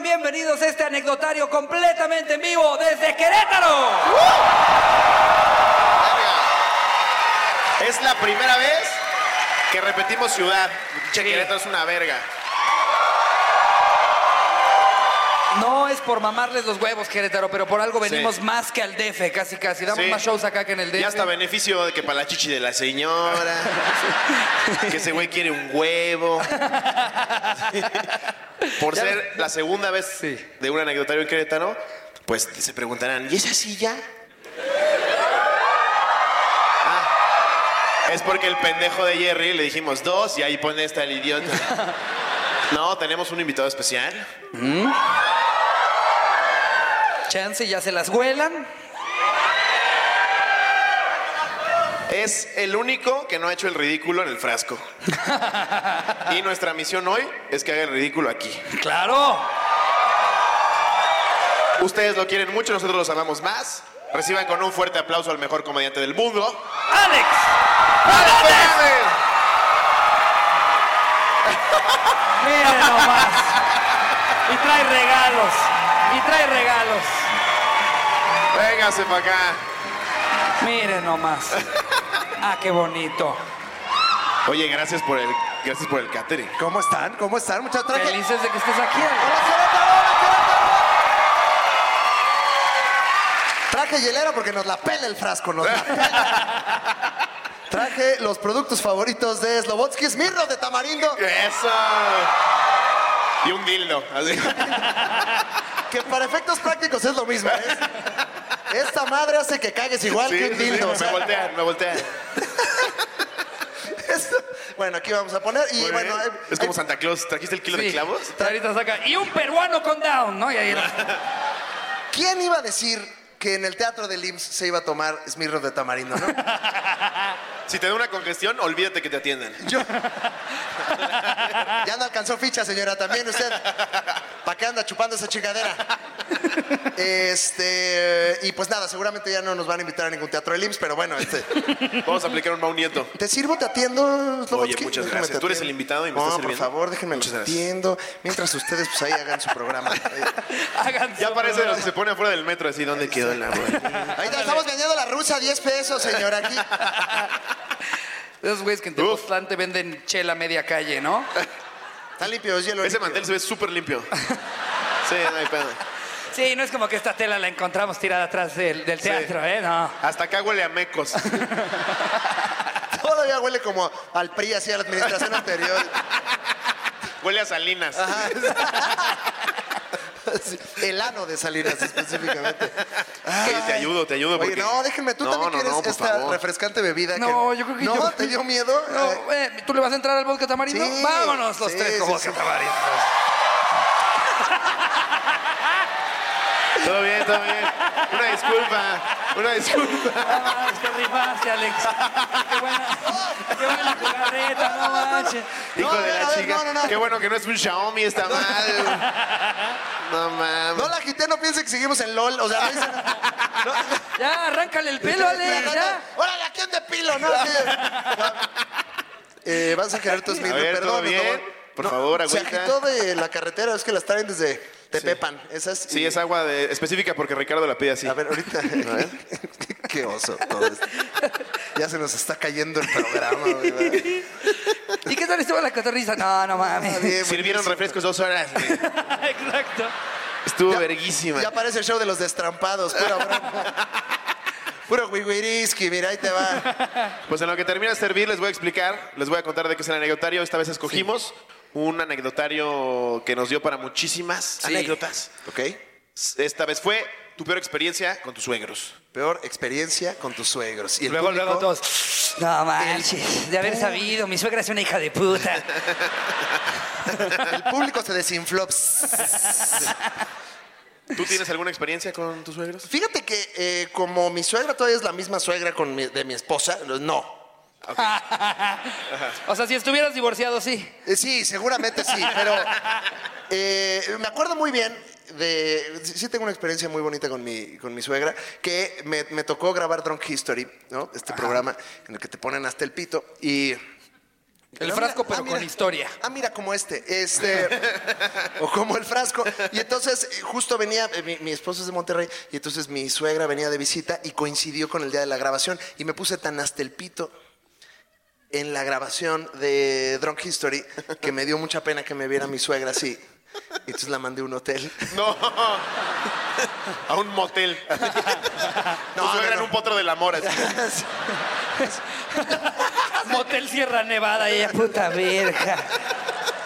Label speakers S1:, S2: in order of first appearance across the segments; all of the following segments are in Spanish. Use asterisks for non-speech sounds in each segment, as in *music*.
S1: bienvenidos a este anecdotario completamente en vivo desde Querétaro.
S2: Verga. Es la primera vez que repetimos ciudad. Che,
S1: Sí.
S2: Querétaro es una verga.
S1: No es por mamarles los huevos, Querétaro, pero por algo venimos más que al DF, casi casi. Damos
S2: Sí.
S1: más shows acá que en el DF.
S2: Ya hasta beneficio de que para la chichi de
S1: *laughs*
S2: la señora. que ese güey quiere un huevo. Por
S1: Ya
S2: ser la segunda vez
S1: Sí.
S2: de un anecdotario en Querétaro, pues se preguntarán, ¿y es así ya? Ah, es porque el pendejo de Jerry le dijimos dos y ahí pone esta
S1: *laughs*
S2: el idiota. No, tenemos un invitado especial.
S1: Chance ya se las huelan.
S2: Es el único que no ha hecho el ridículo en el frasco. y nuestra misión hoy es que haga el ridículo aquí.
S1: Claro.
S2: Ustedes lo quieren mucho, nosotros los amamos más. Reciban con un fuerte aplauso al mejor comediante del mundo.
S1: Alex.
S2: ¡Alex Fernández!
S1: Miren nomás. Y trae regalos. Y trae regalos.
S2: Véngase para acá.
S1: Miren nomás. Ah, qué bonito.
S2: Oye, gracias por el, gracias por el catering.
S3: ¿Cómo están? ¿Cómo están? Muchas gracias.
S1: Felices de que estés aquí. Alex.
S3: Traje hielera porque nos la pela el frasco. Nos la pela. Traje los productos favoritos de Slobotsky, mirro de tamarindo,
S2: ¡Eso! Y un dildo.
S3: *laughs*
S2: así.
S3: que para efectos prácticos es lo mismo. ¿eh? Esta madre hace que cagues igual
S2: Sí,
S3: que un
S2: sí, sí,
S3: dildo. o
S2: me
S3: sea,
S2: voltean, me voltean.
S3: esto- Bueno, aquí vamos a poner. Y
S2: Muy
S3: bueno,
S2: bien.
S3: eh,
S2: es como Santa Claus. ¿Trajiste el kilo de
S1: Sí.
S2: clavos?
S1: Ahorita saca. Y un peruano con down, ¿no? Y ahí era.
S3: eh, ¿quién iba a decir que en el teatro del IMSS se iba a tomar esmirro de tamarindo, no?
S2: Si te da una congestión, olvídate que te atiendan.
S3: Ya no alcanzó ficha, señora, también usted. ¿Para qué anda chupando esa chingadera? Este, y pues nada, seguramente ya no nos van a invitar a ningún teatro del IMSS, pero bueno, este.
S2: Vamos a aplicar un Mau Nieto.
S3: ¿Te sirvo, te atiendo? Slobodsky?
S2: Oye, muchas
S3: Déjame,
S2: gracias.
S3: te
S2: Tú eres
S3: atiendo.
S2: el invitado y me
S3: no,
S2: estás
S3: por
S2: sirviendo.
S3: favor, déjenme
S2: Muchas
S3: lo
S2: gracias.
S3: atiendo. Mientras ustedes, pues ahí hagan su programa. Ahí,
S1: Hagan
S2: Ya
S1: su
S2: parece de
S1: programa.
S2: los que se pone afuera del metro así, ¿dónde quedó el amor?
S3: ahí ya estamos vendiendo la rusa, 10 pesos, señora, aquí.
S1: Esos güeyes que en
S2: Uf.
S1: Tepoztlán te venden chela a media calle, ¿no?
S3: Está limpio, es hielo.
S2: Ese
S3: limpio.
S2: mantel se ve súper limpio. Sí, no hay pedo.
S1: Sí, no es como que esta tela la encontramos tirada atrás del, del teatro, ¿eh? No.
S2: Hasta acá huele a mecos.
S3: Todavía huele como al PRI, así a la administración
S2: *laughs*
S3: anterior. Ah,
S2: Huele a salinas.
S3: Sí, El ano de Salinas, específicamente.
S2: Oye, te ayudo, te ayudo.
S3: Ah, Oye,
S2: porque-
S3: no, déjenme, tú
S2: No,
S3: también
S2: no,
S3: quieres
S2: no, por
S3: esta
S2: favor.
S3: refrescante bebida.
S1: No, yo creo que
S3: ¿No?
S1: yo-
S3: ¿Te dio miedo? Ay,
S1: *laughs* No, eh, ¿Tú le vas a entrar al vodka tamarindo?
S3: Sí,
S1: Vámonos los
S3: sí,
S1: tres con
S3: sí,
S1: vodka
S3: sí. *laughs*
S1: tamarindo.
S2: Todo bien, todo bien. Una disculpa, una disculpa.
S1: No manches, te rifaste, Alex. Qué buena, qué buena jugarreta, no manches.
S2: Hijo
S3: No,
S2: de
S3: a ver,
S2: la
S3: a ver,
S2: chica.
S3: no, no, no.
S2: Qué bueno que no es un Xiaomi esta madre. güey. No mames.
S3: No la quité, no piense que seguimos en LOL. O sea,
S1: *laughs*
S3: no dicen-
S1: Ya, arráncale el
S3: *laughs*
S1: pelo, Alex, ya.
S3: ¡Órale, aquí un depilo! ¿no? Así de- Eh, vas a querer tu
S2: A
S3: esmirro,
S2: ver, ¿todo
S3: perdón.
S2: bien? Por favor,
S3: Se
S2: agüita.
S3: agitó de la carretera, es que las traen desde Tepepan. Esas.
S2: Sí,
S3: y-
S2: es agua de- específica porque Ricardo la pide así.
S3: A ver,
S2: *laughs*
S3: ahorita. *laughs* Qué oso todo esto. Ya se nos está cayendo el programa, ¿verdad?
S1: ¿Y qué tal estuvo la cotorriza? No, no mames.
S3: Bien,
S2: Sirvieron
S3: buenísimo.
S2: refrescos dos horas. güey.
S1: *laughs* Exacto.
S2: Estuvo verguísima.
S3: Ya parece el show de los destrampados,
S1: *laughs*
S3: pura broma. Puro wiwiriski, mira, ahí te va.
S2: Pues en lo que termina de servir, les voy a explicar, les voy a contar de qué es el anecdotario. Esta vez escogimos un anecdotario que nos dio para muchísimas anécdotas.
S3: ¿Ok?
S2: Esta vez fue tu peor experiencia con tus suegros.
S3: Peor experiencia con tus suegros. Y el
S1: Luego,
S3: público,
S1: luego todos. No manches, de haber sabido, mi suegra es una hija de puta.
S3: el público se desinfló. Psss.
S2: *laughs* ¿Tú tienes alguna experiencia con tus suegros?
S3: Fíjate que eh, como mi suegra todavía es la misma suegra con mi- de mi esposa, no.
S1: O sea, si estuvieras divorciado, sí.
S3: Eh, sí, seguramente sí, pero eh, me acuerdo muy bien de... sí- Sí tengo una experiencia muy bonita con mi, con mi suegra, que me, me
S1: Ah.
S3: tocó grabar Drunk History, ¿no? Este programa en el que te ponen hasta el pito y...
S1: El
S3: Ah,
S1: frasco,
S3: mira,
S1: pero
S3: ah, mira.
S1: con historia.
S3: Ah, mira, como este. Este. o como el frasco. Y entonces, eh, justo venía, eh, mi, mi esposo es de Monterrey, y entonces mi suegra venía de visita y coincidió con el día de la grabación. Y me puse tan hasta el pito en la grabación de Drunk History que me dio mucha pena que me viera mi suegra así. Y entonces la mandé a un hotel.
S2: No. A un *laughs* motel. No,
S3: no,
S2: eran
S3: no.
S2: un potro del amor. así. *laughs*
S1: Motel Sierra Nevada, ella puta verga.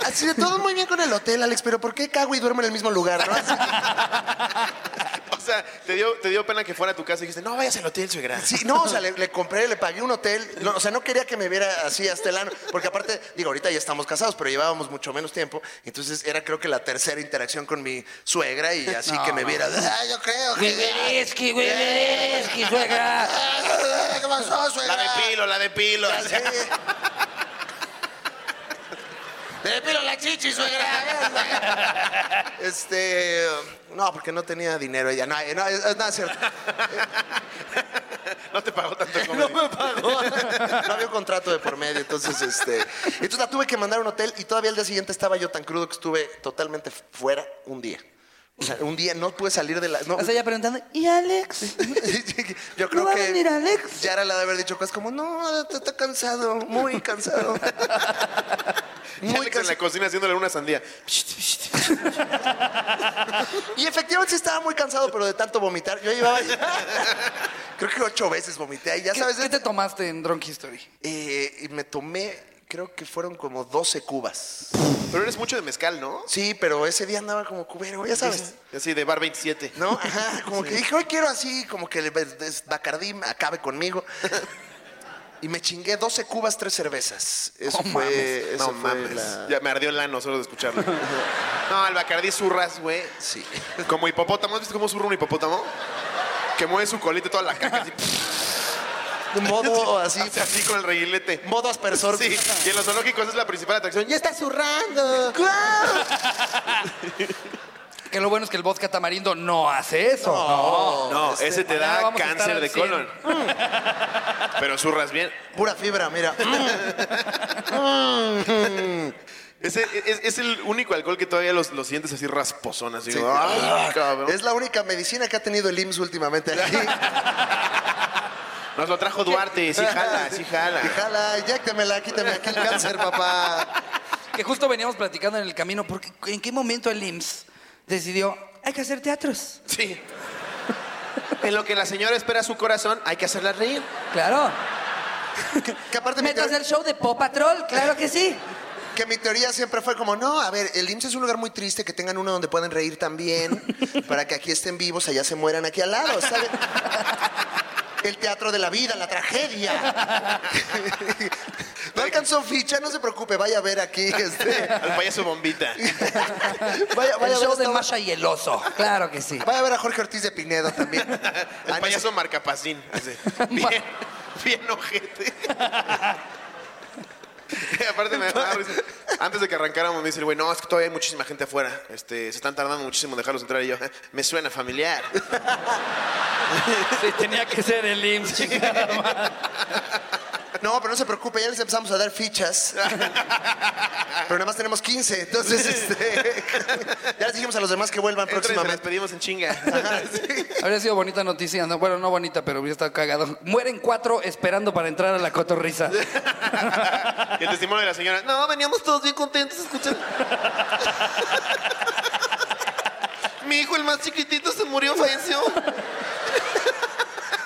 S3: Así de todo muy bien con el hotel, Alex, pero ¿por qué cago y duermo en el mismo lugar? no? Así-
S2: O sea, te dio, te dio pena que fuera a tu casa y dijiste, no, vayas al hotel, suegra.
S3: Sí, no, o sea, le, le compré, le pagué un hotel. No, o sea, no quería que me viera así hasta el ano. Porque aparte, digo, ahorita ya estamos casados, pero llevábamos mucho menos tiempo. Entonces era creo que la tercera interacción con mi suegra y así que me viera. "Ah, yo creo que...
S1: Webereski, Webereski, suegra.
S3: Ah, ¿Qué pasó,
S2: La
S3: suegra?
S2: de pilo, la de pilo.
S3: Sí. Me depilo la chichi, suegra. Este, no, porque no tenía dinero ella. No, no, es, es nada cierto.
S2: *laughs* No te pagó *laughs* tanto como.
S3: No había un contrato de por medio, entonces este. Entonces la tuve que mandar a un hotel y todavía al día siguiente estaba yo tan crudo que estuve totalmente fuera un día. O sea, un día no pude salir de la. no.
S1: Estás ella preguntando, ¿y Alex?
S3: *laughs* yo creo
S1: ¿No va a
S3: que.
S1: venir Alex?
S3: Yara le ha de haber dicho cosas como, no, te está cansado, muy cansado.
S1: *laughs*
S3: muy
S2: Alex en la
S3: cansado.
S2: cocina haciéndole una sandía.
S3: Y efectivamente sí estaba muy cansado, pero de tanto vomitar. Yo llevaba. *laughs* creo que ocho veces vomité y ya
S1: ¿Qué,
S3: sabes.
S1: ¿Qué te tomaste en Drunk History?
S3: eh, y me tomé, creo que fueron como 12 cubas.
S2: Pero eres mucho de mezcal, ¿no?
S3: Sí, pero ese día andaba como cubero, ya sabes.
S2: Así de bar 27.
S3: ¿No? Ajá, como que dije, hoy quiero así, como que el des- Bacardí acabe conmigo. Y me chingué 12 cubas, tres cervezas. Eso
S1: No
S3: fue,
S1: mames,
S3: eso
S2: No
S3: fue
S2: mames.
S3: la-
S2: Ya me ardió el ano solo de *laughs* escucharlo. no, el Bacardí zurras, güey.
S3: Sí.
S2: Como hipopótamo. ¿Has visto cómo zurra un hipopótamo? Que mueve su colita y toda la *laughs* caca así.
S3: De *laughs* modo así,
S2: Hace así con el reguilete.
S3: modo aspersor.
S2: Sí, y en los zoológicos es la principal atracción.
S3: Ya está zurrando. ¡Guau!
S1: Que lo bueno es que el vodka tamarindo no hace eso. No,
S2: No,
S1: Este,
S2: ese te
S1: mañana
S2: da
S1: vamos a estar
S2: cáncer
S1: al
S2: de
S1: 100.
S2: *laughs* colon. Pero zurras bien.
S3: Pura fibra, mira.
S2: Ese, es, es el único alcohol que todavía los, los sientes así rasposón, así.
S3: Sí.
S2: Ay, cabrón.
S3: Es la única medicina que ha tenido el IMSS últimamente.
S1: *laughs*
S3: Aquí.
S2: Nos lo trajo Duarte, *laughs* sí jala, sí jala.
S3: Jala, inyéctamela, quítame aquí el cáncer, papá.
S1: Que justo veníamos platicando en el camino, porque ¿en qué momento el IMSS decidió, hay que hacer teatros?
S2: Sí. En lo que la señora espera su corazón, hay que hacerla reír.
S1: Claro.
S3: Que aparte mi
S1: Metas
S3: teoría-
S1: el show de Pop Patrol, claro que sí.
S3: Que mi teoría siempre fue como, no, a ver, el IMSS es un lugar muy triste, que tengan uno donde puedan reír
S1: *laughs*
S3: también, para que aquí estén vivos, allá se mueran aquí al lado, ¿sabes? El teatro de la vida, la tragedia.
S1: *laughs*
S3: No alcanzó ficha, no se preocupe, vaya a ver aquí.
S1: *laughs*
S3: Este,
S2: Al payaso *laughs* bombita.
S3: vaya,
S1: El
S3: vaya a
S1: show
S3: ver
S1: de
S3: esta-
S1: Masha y el oso, claro que sí.
S3: vaya a ver a Jorge Ortiz de Pinedo también.
S1: *laughs*
S2: El payaso marcapacín. *laughs* así. Bien, bien ojete. *laughs* Aparte me da risa. Antes de que arrancáramos me dice el güey, no, es que todavía hay muchísima gente afuera. Este, se están tardando muchísimo en dejarlos entrar. Y yo, "Eh, me suena *laughs* familiar.
S1: Sí, tenía que ser el IMSS, chingada madre.
S3: No, pero no se preocupe, ya les empezamos a dar *laughs* fichas. Pero nada más tenemos 15, entonces este, *laughs* ya les dijimos a los demás que vuelvan
S2: Entren y se las
S3: próximamente.
S2: pedimos en *laughs* chinga.
S1: Habría sido bonita noticia, no, bueno, no bonita, pero hubiera estado cagado. Mueren cuatro esperando para entrar a la cotorriza.
S2: Y el testimonio de la señora, no, veníamos todos bien contentos escuchando. *laughs* Mi hijo, el más chiquitito, se murió, falleció.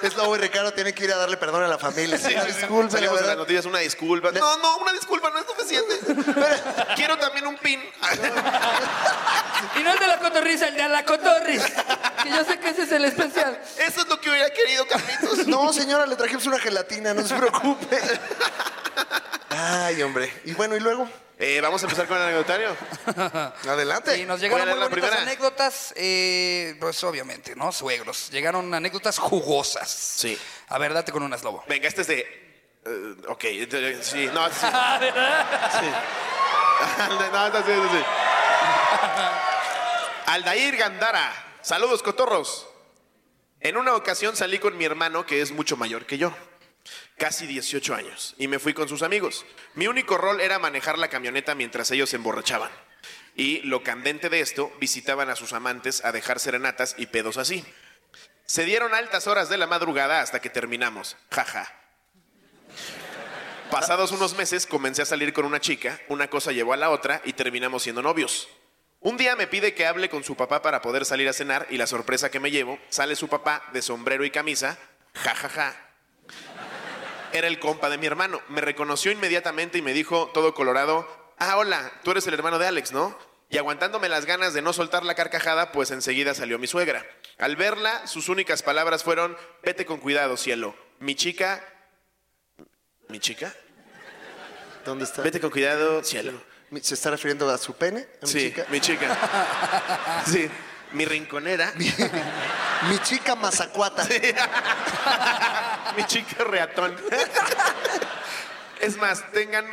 S3: Es Lobo y Ricardo tienen que ir a darle perdón a la familia. Una disculpa, la
S2: Salimos en las
S3: verdad.
S2: noticias, una disculpa. No, no, una disculpa no es suficiente. Pero quiero también un pin. *laughs*
S1: Y no el de la cotorriza, el de la cotorris. Que yo sé que ese es el especial.
S2: Eso es lo que hubiera querido, Carlitos.
S3: No, señora, le trajimos una gelatina, no se preocupe. Ay, hombre. Y bueno, ¿y luego?
S2: Eh, Vamos a empezar con el anecdotario.
S3: Adelante.
S1: Y nos llegaron
S2: Voy a
S1: muy
S2: leer la
S1: bonitas
S2: primera.
S1: anécdotas, eh, pues obviamente, ¿no? Suegros. Llegaron anécdotas jugosas. Sí. A ver, date con unas,
S3: *laughs*
S1: Lobo.
S2: Venga, este es de. eh, ok, eh, sí, no, sí.
S3: Ah,
S2: Sí. *laughs* no, esta sí, esta sí. *laughs* Aldair Gandara. Saludos, cotorros. En una ocasión salí con mi hermano, que es mucho mayor que yo. casi 18 años y me fui con sus amigos. Mi único rol era manejar la camioneta mientras ellos se emborrachaban. Y lo candente de esto, visitaban a sus amantes a dejar serenatas y pedos así. Se dieron altas horas de la madrugada hasta que terminamos. Jaja. Pasados unos meses comencé a salir con una chica, una cosa llevó a la otra y terminamos siendo novios. Un día me pide que hable con su papá para poder salir a cenar y la sorpresa que me llevo, sale su papá de sombrero y camisa, jajaja. Ja, ja. Era el compa de mi hermano, me reconoció inmediatamente y me dijo todo colorado, ah, hola, tú eres el hermano de Alex, ¿no? Y aguantándome las ganas de no soltar la carcajada, pues enseguida salió mi suegra. Al verla, sus únicas palabras fueron, vete con cuidado, cielo. Mi chica... ¿Mi chica?
S3: ¿Dónde está?
S2: Vete con cuidado, cielo.
S3: Mi- ¿Se está refiriendo a su pene? ¿A mi
S2: sí,
S3: chica?
S2: mi chica. *laughs* Sí, mi rinconera.
S3: Mi chica mazacuata.
S2: Mi chica reatón. Es más, tengan,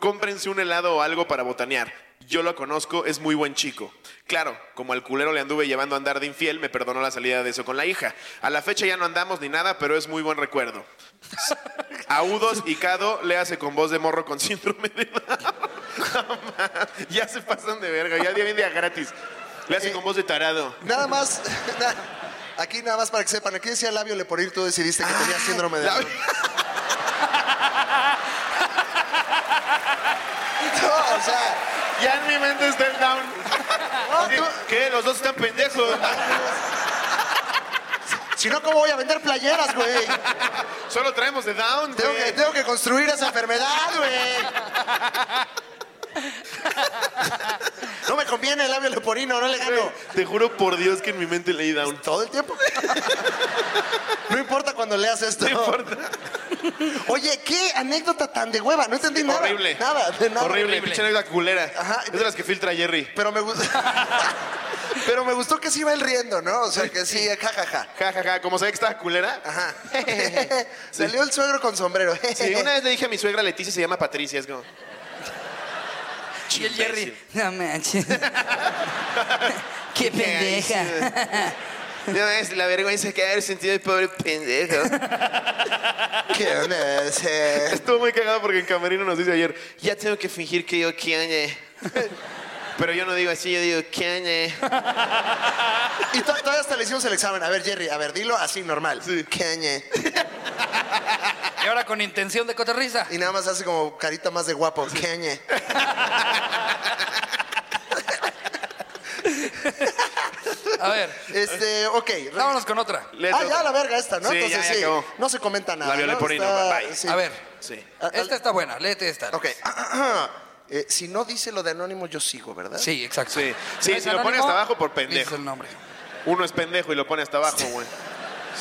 S2: cómprense un helado o algo para botanear. Yo lo conozco, es muy buen chico. Claro, como al culero le anduve llevando a andar de infiel, me perdonó la salida de eso con la hija. A la fecha ya no andamos ni nada, pero es muy buen recuerdo. Audos y Cado le hace con voz de morro con síndrome de Down. ya se pasan de verga, ya día bien día gratis. Le hace con voz de tarado.
S3: Nada más. *laughs* na- aquí nada más para que sepan. Aquí decía labio le por ir, tú decidiste que tenía síndrome de Down. No, o sea,
S2: Ya en mi mente está el down. Así, ¿Qué? Los dos están pendejos.
S3: si no, ¿cómo voy a vender playeras, güey?
S2: Solo traemos de down.
S3: Tengo
S2: güey.
S3: que, tengo que construir esa enfermedad, güey. No me conviene el labio leporino, no le gano.
S2: Te juro por Dios que en mi mente leí down.
S3: Todo el tiempo. No importa cuando leas esto.
S2: *laughs* No importa.
S3: Oye, qué anécdota tan de hueva. No entendí nada.
S2: Horrible.
S3: Nada, de nada.
S2: Horrible. Pinche anécdota culera.
S3: Ajá.
S2: Es de las que filtra Jerry.
S3: Pero me gustó. *laughs* Pero me gustó que sí iba él riendo, ¿no? O sea, que sí, jajaja.
S2: Ja, ja, ja. Como sabía que estaba culera.
S3: Ajá. *laughs* Salió el suegro con sombrero.
S2: Sí, una vez le dije a mi suegra Leticia se llama Patricia.
S1: *laughs*
S2: Es como.
S1: Y el Jerry,
S2: Imbécil.
S1: no
S3: *laughs*
S1: manches. Qué pendeja.
S2: No, es la vergüenza que haber sentido el pobre pendejo.
S3: ¿Qué onda?
S2: *laughs*
S3: Ese-
S2: Estuvo muy cagado porque en Camerino nos dice ayer, ya tengo que fingir que yo *laughs* quién Pero yo no digo así, yo digo quién
S3: Y to- todavía hasta le hicimos el examen. A ver, Jerry, a ver, dilo así normal.
S2: Sí.
S3: ¿Qué añe?
S1: Y ahora con intención de cotorriza.
S3: Y nada más hace como carita más de guapo. ¿Qué añe?
S1: A ver,
S3: Este, ok.
S1: vámonos con otra.
S2: Le
S3: ah,
S2: toca.
S3: ya la verga esta, ¿no?
S2: Sí, ya,
S3: Entonces
S2: ya
S3: sí.
S2: acabó.
S3: No se comenta nada.
S2: Labio
S3: ¿no?
S2: leporino,
S3: Está-
S2: bye.
S3: sí.
S1: A ver,
S2: Sí.
S3: Ah,
S1: esta está buena, léete esta.
S3: Ok. *clears throat* Eh, si no dice lo de anónimo, yo sigo, ¿verdad?
S1: Sí, exacto.
S2: Sí. Sí,
S1: ¿No es
S2: si lo pone
S1: anónimo?
S2: hasta abajo, por pendejo.
S1: Dice el nombre.
S2: Uno es pendejo y lo pone hasta abajo, güey.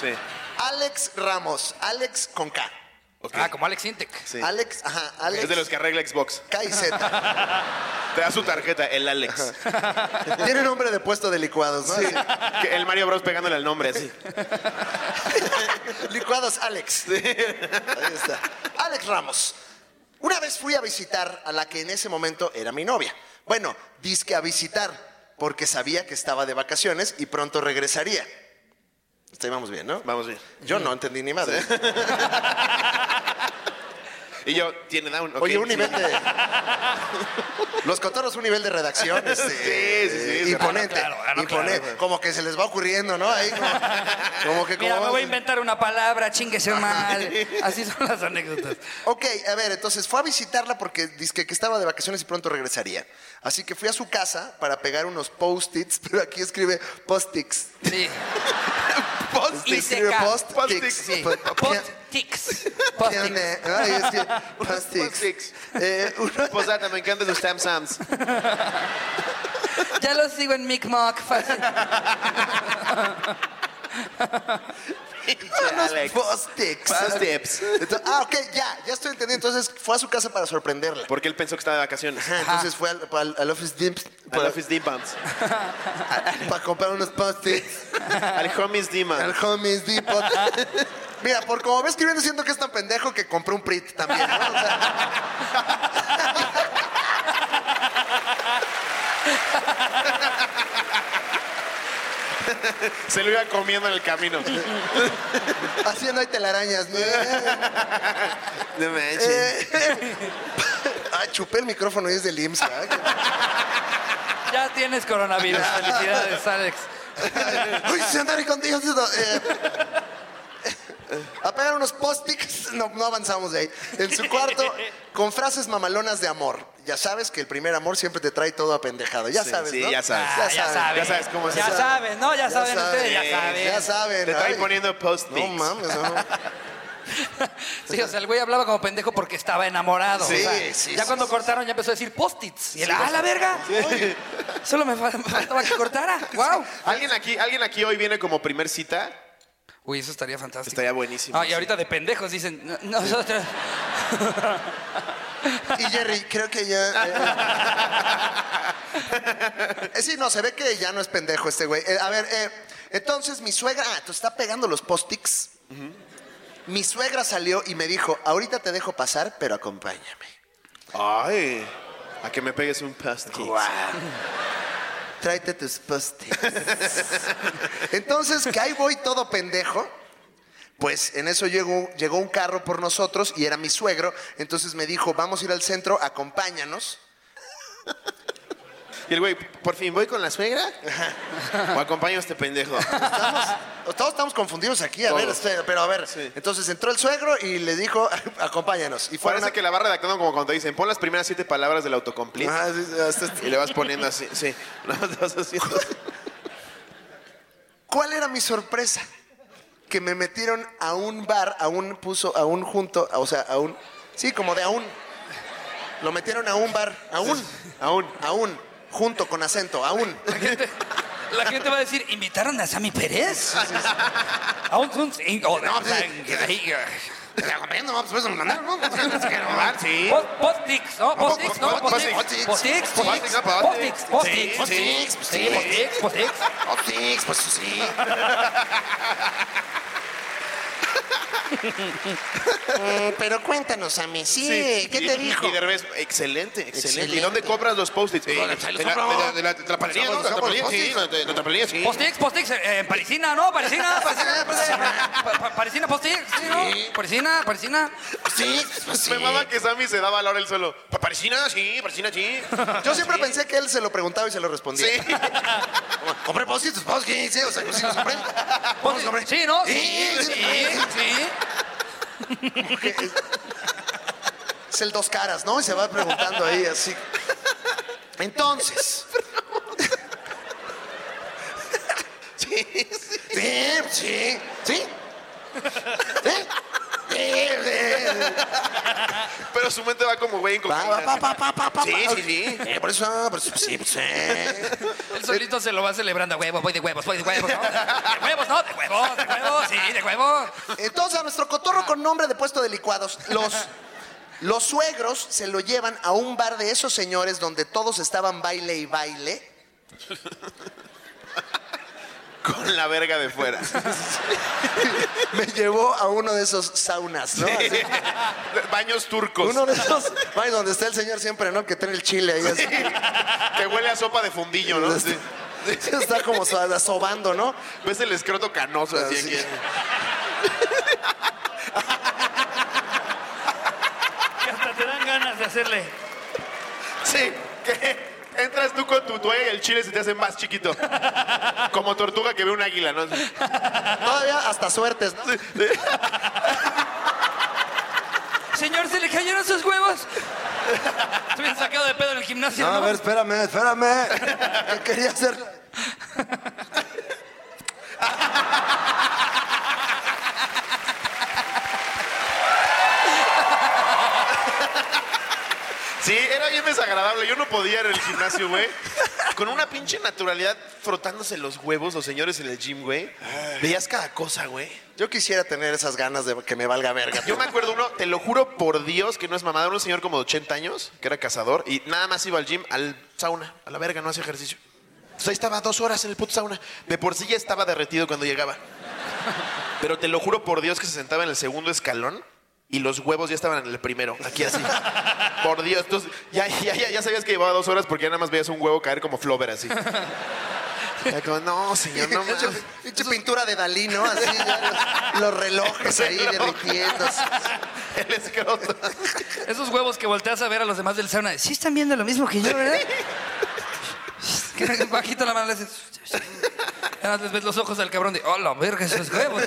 S2: Sí.
S3: Alex Ramos. Alex con K.
S2: Ok.
S1: Ah, como Alex Intec.
S2: Sí.
S3: Alex, ajá, Alex.
S2: Es de los que arregla Xbox.
S3: K y Z.
S2: Te da su tarjeta, el Alex.
S3: Tiene nombre de puesto de licuados, ¿no?
S2: Que El Mario Bros pegándole al nombre, así.
S3: Licuados Alex. Ahí está. Alex Ramos. Una vez fui a visitar a la que en ese momento era mi novia. Bueno, disque a visitar, porque sabía que estaba de vacaciones y pronto regresaría. Hasta ahí vamos bien, ¿no?
S2: Vamos bien.
S3: Yo no entendí ni madre.
S2: Y yo, tiene down. ok.
S3: Oye, un nivel
S2: *laughs*
S3: de. *laughs* Los cotorros, un nivel de redacción. este,
S2: Sí, sí, sí,
S3: eh,
S2: sí.
S3: imponente.
S1: Ah, no, claro, ah, no,
S3: imponente.
S1: claro.
S3: Como que se les va ocurriendo, ¿no? Ahí como, como que como.
S1: Mira, me voy a inventar una palabra, chinguese mal. Así son las anécdotas.
S3: Ok, a ver, entonces fue a visitarla porque dice que estaba de vacaciones y pronto regresaría. Así que fui a su casa para pegar unos post-its, *laughs* pero aquí escribe post-its.
S1: Sí.
S3: Este
S1: Y
S3: escribe
S1: seca.
S3: post-its.
S2: Post-its,
S1: Sí.
S3: Po-
S1: Post-tics. Post-tics.
S3: ¿Qué Pues, onda? Ay, es que- post-its.
S2: Post-its.
S3: Eh, uno-
S2: Posata, me encantan sus Tam Sams.
S1: Ya lo sigo en Micmac. Fácil.
S3: unos
S2: Alex.
S3: post-its.
S2: Post-its.
S3: Entonces, ah, ok, ya, ya estoy entendiendo. Entonces fue a su casa para sorprenderla.
S2: Porque él pensó que estaba de vacaciones.
S3: Ajá, entonces fue al, al- al Office Dimps
S2: Al
S3: para,
S2: Office Dimpams.
S3: para comprar unos post-its.
S2: Al Homies
S3: Al
S2: Dimas.
S3: Homies Depot. *laughs* Mira, por como ves escribiendo, siento que es tan pendejo que compré un Prit también. ¿no? O sea,
S2: Se lo iba comiendo en el camino.
S3: Así no hay telarañas.
S2: *laughs* No manches.
S3: Eh. Ah, chupé el micrófono y es del
S2: *laughs*
S3: IMSS. ¿verdad?
S1: *laughs* Ya tienes coronavirus. Felicidades, Alex.
S3: Uy, se andaré con Dios. Eh, a pegar unos post-its, no, no avanzamos de ahí. En su cuarto, con frases mamalonas de amor. Ya sabes que el primer amor siempre te trae todo apendejado. Ya
S2: Sí,
S3: sabes,
S2: sí,
S3: ¿no?
S2: ya sabes.
S1: Ah, ya sabes.
S2: Ya sabes cómo es
S1: Ya
S2: eso.
S1: sabes, ¿no? Ya,
S3: Ya
S1: saben ustedes, ya
S3: saben,
S1: saben.
S3: Ya saben.
S2: Te trae
S3: ay.
S2: poniendo post-its.
S3: No mames, no.
S1: Sí, o sea, el güey hablaba como pendejo porque estaba enamorado.
S3: Sí,
S1: o sea,
S3: sí,
S1: ya
S3: sí,
S1: cuando
S3: sí.
S1: cortaron ya empezó a decir post-its. Y él, ¡ah, la verga! Oye, Solo me fal- faltaba que cortara. ¡Wow!
S2: ¿Alguien aquí, ¿Alguien aquí hoy viene como primer cita?
S1: Uy, eso estaría fantástico.
S2: Estaría buenísimo,
S1: Ah, y
S2: sí.
S1: ahorita de pendejos dicen, "No- nosotros...
S3: Y Jerry, creo que ya. eh, *laughs* eh, sí, no, se ve que ya no es pendejo este güey. Eh, a ver, eh, entonces mi suegra. Ah, tú está pegando los post-its. Mi suegra salió y me dijo: Ahorita te dejo pasar, pero acompáñame.
S2: Ay, a que me pegues un post-it.
S3: Tráete tus
S2: *laughs*
S3: post-its. Entonces, que ahí voy todo pendejo. Pues en eso llegó, llegó un carro por nosotros y era mi suegro. Entonces me dijo, vamos a ir al centro, acompáñanos.
S2: Y el güey, por
S3: *laughs*
S2: fin, ¿voy con la suegra? ¿O acompaño a este pendejo?
S3: Estamos- todos estamos confundidos aquí, a
S2: Todos.
S3: ver, espera, pero a ver.
S2: Sí.
S3: Entonces entró el suegro y le dijo, *laughs* acompáñanos. Y fueron
S2: Parece
S3: a-
S2: que la va redactando como cuando te dicen, pon las primeras siete palabras del autocomplete.
S3: Ah, sí, sí, hasta este-
S2: Y le vas poniendo así, sí. *laughs* Nada más te vas haciendo.
S3: ¿Cuál era mi sorpresa? Que me metieron a un bar, a un puso, a un junto, a- o sea, a un... Sí, como de a un. Lo metieron a un bar, a un,
S2: Aún.
S3: a un, junto con acento, a un.
S1: La gente, la gente va a decir, ¿invitaron a Sammy Pérez? A un... oh, un- sí, o- o sea, pues, que ahí, eh, Pues, *laughs* ah,
S2: Sí.
S1: post- Post-its, ¿no? Post-its, ¿no?
S2: Post-its,
S1: Post-its,
S2: post-its,
S1: post-its,
S2: post-its,
S1: post-its,
S2: post-its,
S1: post-its,
S3: post-its,
S1: post-its, sí, post-its, post-its.
S3: pues sí. Pero cuéntanos, a mí, sí, ¿qué
S2: Y-
S3: te
S2: y-
S3: dijo?
S2: Y Derbez, excelente, excelente.
S3: Excelente.
S2: ¿Y dónde compras los post-its? De la-
S3: se los
S2: de la-
S3: compro.
S2: de la- de la- de la papelería, ¿no?
S3: Los
S2: De la
S3: compro, los
S2: papelería, sí, de la papelería, sí.
S1: Post-its, post-its, eh, en Parisina, ¿no? *laughs* Parisina, Parisina, Parisina. Pa- pa- Parisina, post-its, pues sí, ¿no? Parisina, Parisina.
S3: Sí, pues sí.
S2: Me mama que Sammy se daba a la hora el suelo. Pa- Parisina, sí, parisina,
S3: *laughs*
S2: sí.
S3: Yo siempre pensé que él se lo preguntaba y se lo respondía.
S2: Sí.
S3: Compré post-its, pues, ¿qué? Sí, o sea, sí los compré.
S1: Post-its, Sí, ¿no? Ah, Sí,
S3: Sí,
S1: sí,
S3: sí,
S1: sí.
S3: Es el dos caras, ¿no? Y se va preguntando
S2: *laughs*
S3: ahí, así. Entonces. Sí, sí, sí, sí. Sí.
S2: Pero su mente va como güey en
S3: Pa, pa,
S2: cocaína.
S3: pa, pa, pa, pa, pa.
S2: Sí, sí, sí.
S3: Eh, Por eso, ah, por eso, sí, pues, eh.
S1: Él solito se lo va celebrando. Huevo, voy de huevos, voy de huevos, ¿no? De huevos, ¿no? De huevos, de huevos, sí, de huevos.
S3: Entonces, a nuestro cotorro con nombre de puesto de licuados, los, los suegros se lo llevan a un bar de esos señores donde todos estaban baile y baile.
S2: Con la verga de
S3: *laughs*
S2: fuera.
S3: Me llevó a uno de esos saunas, ¿no? Así,
S2: Baños turcos.
S3: uno de esos bares donde está el señor siempre, ¿no? Que trae el chile ahí. así.
S2: Que huele a sopa de fundillo, ¿no? Sí.
S3: *laughs* Está como so- sobando, ¿no?
S2: Ves el escroto canoso así
S3: Así.
S2: aquí.
S1: Que hasta te dan ganas de hacerle.
S2: Sí, que entras tú con tu toalla y el chile se te hace más chiquito. Como tortuga que ve un águila, ¿no? Sí.
S3: Todavía hasta suertes, ¿no?
S1: Señor, ¿se le cayeron sus huevos? Estuve sacado de pedo en el gimnasio,
S3: No,
S1: ¿no?
S3: a ver, espérame, espérame. Que quería hacer.
S2: Sí, era bien desagradable. Yo no podía ir al gimnasio, güey. Con una pinche naturalidad frotándose los huevos los señores en el gym, güey. Veías cada cosa, güey.
S3: Yo quisiera tener esas ganas de que me valga verga.
S2: Yo me acuerdo uno, te lo juro por Dios que no es mamada, era un señor como de 80 años, que era cazador, y nada más iba al gym, al sauna, a la verga, no hacía ejercicio. Entonces ahí estaba dos horas en el puto sauna. De por sí ya estaba derretido cuando llegaba. Pero te lo juro por Dios que se sentaba en el segundo escalón y los huevos ya estaban en el primero, aquí así. Por Dios, entonces ya, ya, ya, ya sabías que llevaba dos horas porque ya nada más veías un huevo caer como flover así. Ya como, no, *laughs* señor, no
S3: Pinche-
S2: mames.
S3: pinche pintura de Dalí, ¿no? Así, ya los, los relojes ahí derritiéndose.
S2: El escroto.
S1: Esos huevos que volteas a ver a los demás del sauna. Sí están viendo lo mismo que yo, ¿verdad? Que Bajito la mano le haces. Nada más les ves los ojos al cabrón de, hola, verga, esos huevos.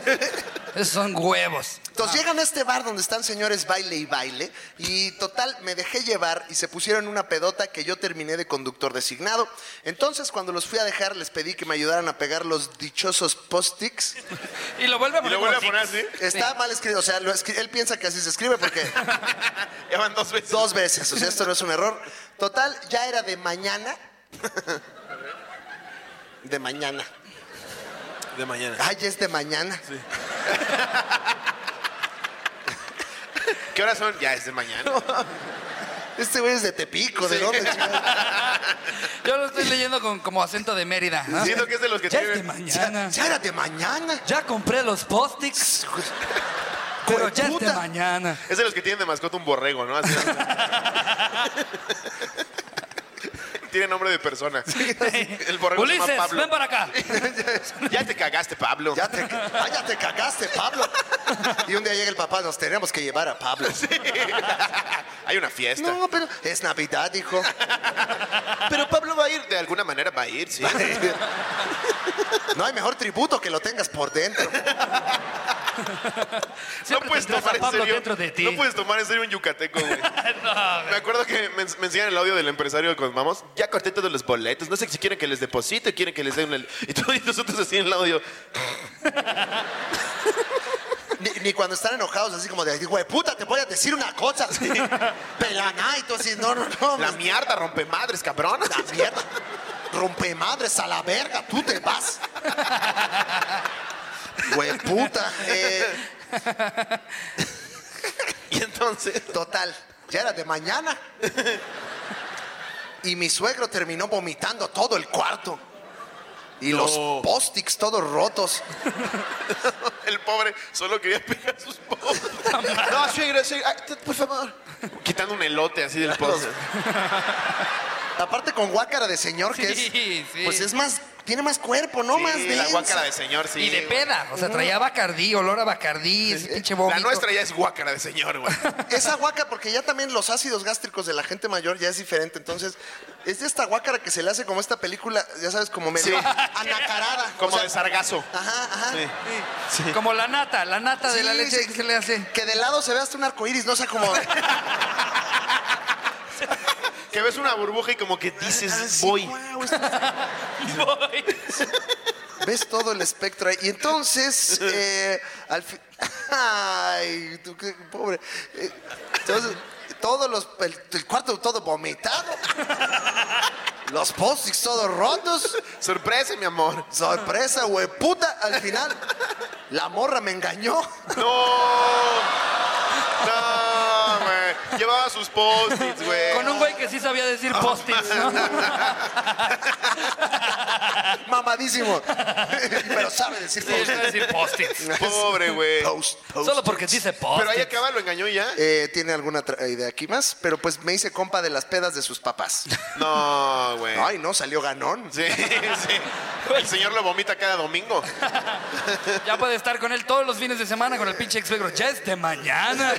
S1: Esos son huevos.
S3: Entonces llegan a este bar donde están señores baile y baile y total me dejé llevar y se pusieron una pedota que yo terminé de conductor designado. Entonces cuando los fui a dejar les pedí que me ayudaran a pegar los dichosos post-its.
S1: Y lo vuelve a
S2: Y
S1: poner.
S2: lo vuelve a
S1: como
S2: poner
S1: así.
S2: así.
S3: Está mal escrito, o sea, lo escri- él piensa que así se escribe porque
S2: Ya van dos veces.
S3: dos veces, o sea, esto no es un error. Total, ya era de mañana. De mañana.
S2: De mañana.
S3: Ay, es de mañana.
S2: ¿Qué horas son? Ya es de mañana.
S3: Este güey es de Tepico, ¿de
S2: Sí.
S3: dónde? chingada?
S1: Yo lo estoy leyendo con, como acento de Mérida. ¿no?
S2: Siento que es de los que
S1: ya es de
S2: tienen-
S1: mañana.
S3: Ya era de mañana.
S1: *laughs* Ya compré los
S3: *laughs*
S1: post-its, pero ya es de
S3: Jueputa.
S1: mañana.
S2: Es de los que tienen de mascota un borrego, ¿no? Así.
S1: *laughs*
S2: Tiene nombre de persona. El borrego se llama
S1: Ulises,
S2: Pablo.
S1: ven para acá.
S2: Ya te cagaste, Pablo.
S3: Ya te, ah, ya te cagaste, Pablo. Y un día llega el papá, nos tenemos que llevar a Pablo.
S2: Hay una fiesta.
S3: No, pero es Navidad, hijo.
S2: Pero Pablo va a ir, de alguna manera va a ir, sí.
S3: No hay mejor tributo que lo tengas por dentro.
S1: Siempre tendrás a Pablo dentro de ti.
S2: No puedes tomar en serio un yucateco, güey.
S1: *laughs*
S2: Me acuerdo que me, me enseñan el audio del empresario con vamos, ya corté todos los boletos, no sé si quieren que les deposite, quieren que les den el... Y todos nosotros así en el audio,
S3: Ni, ni cuando están enojados, así como de, güey, puta, te voy a decir una cosa. Pelaná, y tú así, no, no, no.
S2: la mierda, rompe madres, cabrón.
S3: la mierda. Rompe madres a la verga, tú te *laughs* vas. Güey, puta. Eh,
S2: *laughs* Y entonces,
S3: Total, ya era de mañana. Y mi suegro terminó vomitando todo el cuarto. Y los post-its todos rotos.
S2: el pobre solo quería pegar sus pobres. no, suegra, suegra, ay, por favor. Quitando un elote así del post.
S3: Aparte con guácara de señor, que
S1: Sí,
S3: es.
S1: sí.
S3: Pues es más, tiene más cuerpo, ¿no? más
S2: Sí,
S3: densa.
S2: la guácara de señor, sí.
S1: Y de peda. O sea, traía bacardí, olor a bacardí, ese pinche vómito.
S2: La nuestra ya es guácara de señor, güey.
S3: Esa guácara, porque ya también los ácidos gástricos de la gente mayor ya es diferente. Entonces, es de esta guácara que se le hace como esta película, ya sabes, como medio
S2: Sí.
S3: anacarada. *laughs* O
S2: Como
S3: sea, ah,
S2: de sargazo.
S3: Ajá, ajá.
S2: Sí.
S1: Como la nata, la nata de
S3: Sí,
S1: la leche
S3: sí.
S1: que se le hace.
S2: *laughs*
S3: Que de lado se ve hasta un arcoíris, no sé cómo.
S2: Que ves una burbuja y como que
S3: Ah,
S2: dices, voy.
S3: este Ves todo el espectro ahí.
S1: *laughs*
S3: Y entonces, eh, al fin. Ay, tú qué pobre. Eh, Entonces, todos los. El, el cuarto todo vomitado. Los post-its todos rotos.
S2: Sorpresa, mi amor. *laughs*
S3: Sorpresa, güey, puta. Al final, la morra me engañó.
S2: No. No, güey. Llevaba sus post-its, güey.
S1: Con un güey que sí sabía
S2: Ah.
S1: decir post-its, ¿no?
S3: Mamadísimo. Pero sabe
S1: *laughs*
S3: decir
S1: Sí, sabe decir post-its.
S2: *laughs* Pobre, güey.
S3: post, post.
S1: Solo porque dice post
S2: Pero ahí acaba, lo engañó y ya.
S3: Eh, ¿Tiene alguna tra- idea aquí más? Pero pues me hice compa de las pedas de sus
S1: *laughs*
S3: papás.
S2: No, güey.
S3: Ay, no, salió ganón.
S2: Sí, sí. El señor lo vomita cada domingo.
S1: Ya puede estar con él todos los fines de semana con el pinche ex suegro. Ya es de mañana.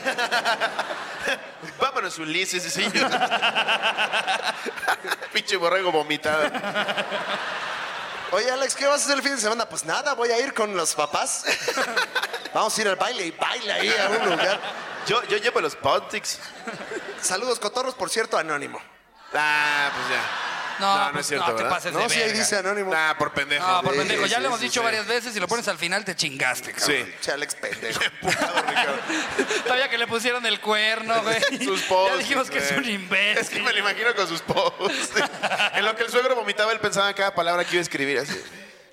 S2: *laughs* Vámonos, Ulises,
S3: *laughs*
S2: sí. *laughs* Pinche borrego vomitado.
S3: Oye, Alex, ¿qué vas a hacer el fin de semana? Pues nada, voy a ir con los *laughs* papás. Vamos a ir al baile y baila ahí a un lugar.
S2: Yo, yo llevo los post-its.
S3: Saludos, cotorros, por cierto, anónimo.
S2: Ah, pues ya.
S1: No,
S2: No, no
S1: pues,
S2: es cierto,
S1: no te
S2: ¿verdad?
S1: pases de
S3: No, sí, ahí
S1: verga.
S3: dice anónimo.
S2: Ah, por pendejo.
S1: No, por
S3: Sí,
S1: pendejo. Ya
S3: sí,
S1: lo hemos
S3: sí,
S1: dicho
S3: sí.
S1: varias veces. Si lo pones al final, te chingaste, cabrón.
S2: Sí.
S3: Che, Alex, pendejo.
S2: Emputado, Ricardo.
S1: Todavía que le pusieron el cuerno, güey.
S2: *laughs* Sus
S1: Ya
S2: posts,
S1: dijimos que es
S2: güey.
S1: un imbécil.
S2: Es que me lo imagino con sus posts.
S1: *laughs*
S2: en lo que el suegro vomitaba, él pensaba en cada palabra que iba a escribir
S1: *laughs*
S2: así.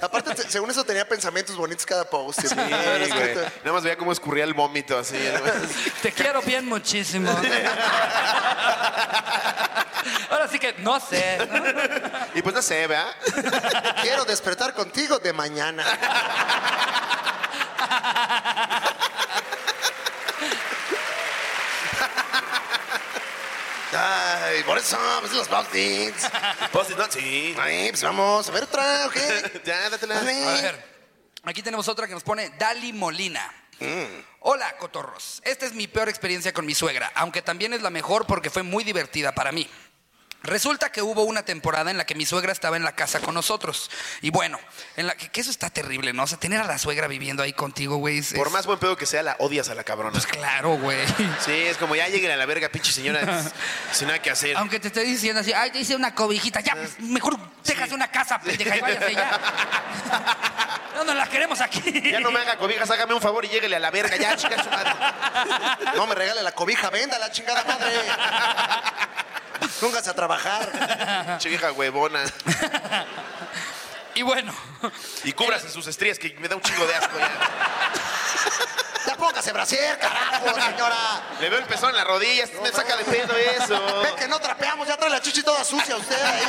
S3: Aparte, te- según eso, tenía pensamientos bonitos cada post. Haber
S2: güey.
S3: escrito-
S2: Nada más veía cómo escurría el vómito así.
S1: Te quiero bien
S2: *laughs*
S1: muchísimo. Ahora sí que no sé.
S2: y pues no sé, ¿verdad?
S3: Quiero despertar contigo de mañana. Ay, por eso, pues los *laughs* post-its.
S2: Post-it, ¿no? Sí.
S3: Ay, pues vamos, a ver otra, ¿ok?
S2: Ya, dátela.
S3: A ver.
S1: A ver, aquí tenemos otra que nos pone Dali Molina.
S2: Mm.
S1: Hola, cotorros. Esta es mi peor experiencia con mi suegra, aunque también es la mejor porque fue muy divertida para mí. Resulta que hubo una temporada en la que mi suegra estaba en la casa con nosotros. Y bueno, en la que, que eso está terrible, ¿no? O sea, tener a la suegra viviendo ahí contigo, güey. es-
S2: Por
S1: es-
S2: más buen pedo que sea, la odias a la cabrona.
S1: Pues claro,
S2: *laughs*
S1: güey.
S2: Sí, es como ya llegue a la verga, pinche señora,
S1: *laughs*
S2: sin nada que hacer.
S1: Aunque te esté diciendo así, ay, te hice una cobijita, ya, pues, mejor déjase una casa, pendeja, y váyase
S2: *laughs*
S1: ya. *laughs* No nos la queremos aquí.
S2: Ya no me haga cobijas, hágame un favor y lléguele a la verga, ya, chica su madre.
S1: *laughs*
S3: No me regale la cobija, venda la chingada madre. Póngase a trabajar.
S2: Chica huevona.
S1: Y bueno,
S2: Y cúbrase sus estrías, que me da un chingo de asco ya.
S3: Ya póngase brasier, carajo, señora.
S2: Le veo el pezón en la rodilla, me saca de pedo eso.
S3: Ve que no trapeamos, ya trae la chichi toda sucia usted ahí.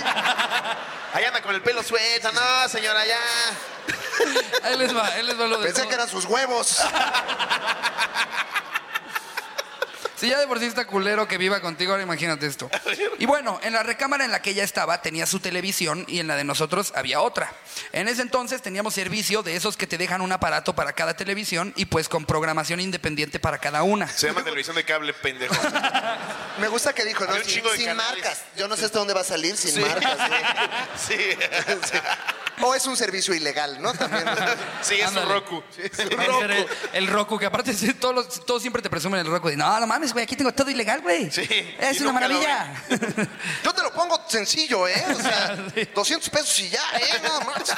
S2: Ahí anda con el pelo suelto, no, señora, ya.
S1: él les va, él les va lo de
S3: Pensé
S1: cómo-
S3: que eran sus huevos.
S1: Si ya de por sí está culero que viva contigo, ahora imagínate esto. Y bueno, en la recámara en la que ella estaba tenía su televisión y en la de nosotros había otra. En ese entonces teníamos servicio de esos que te dejan un aparato para cada televisión y pues con programación independiente para cada una.
S2: Se llama televisión de cable, pendejo.
S3: Me gusta que dijo, ¿no?
S2: Había un
S3: Sin,
S2: chingo de
S3: sin
S2: canales.
S3: marcas. Yo no sé hasta dónde va a salir sin marcas.
S2: *laughs* Sí.
S3: güey. O es un servicio ilegal, ¿no? También.
S2: Sí, es un
S1: Ándale.
S2: Roku.
S1: El, el, Roku, que aparte sí, todos, los- todos siempre te presumen el Roku. No, no mames, güey, aquí tengo todo ilegal, güey.
S2: Sí,
S1: Es
S2: y
S1: una
S2: nunca lo
S1: maravilla.
S3: Yo te lo pongo sencillo, ¿eh? O sea, 200 pesos y ya, ¿eh? Nada más.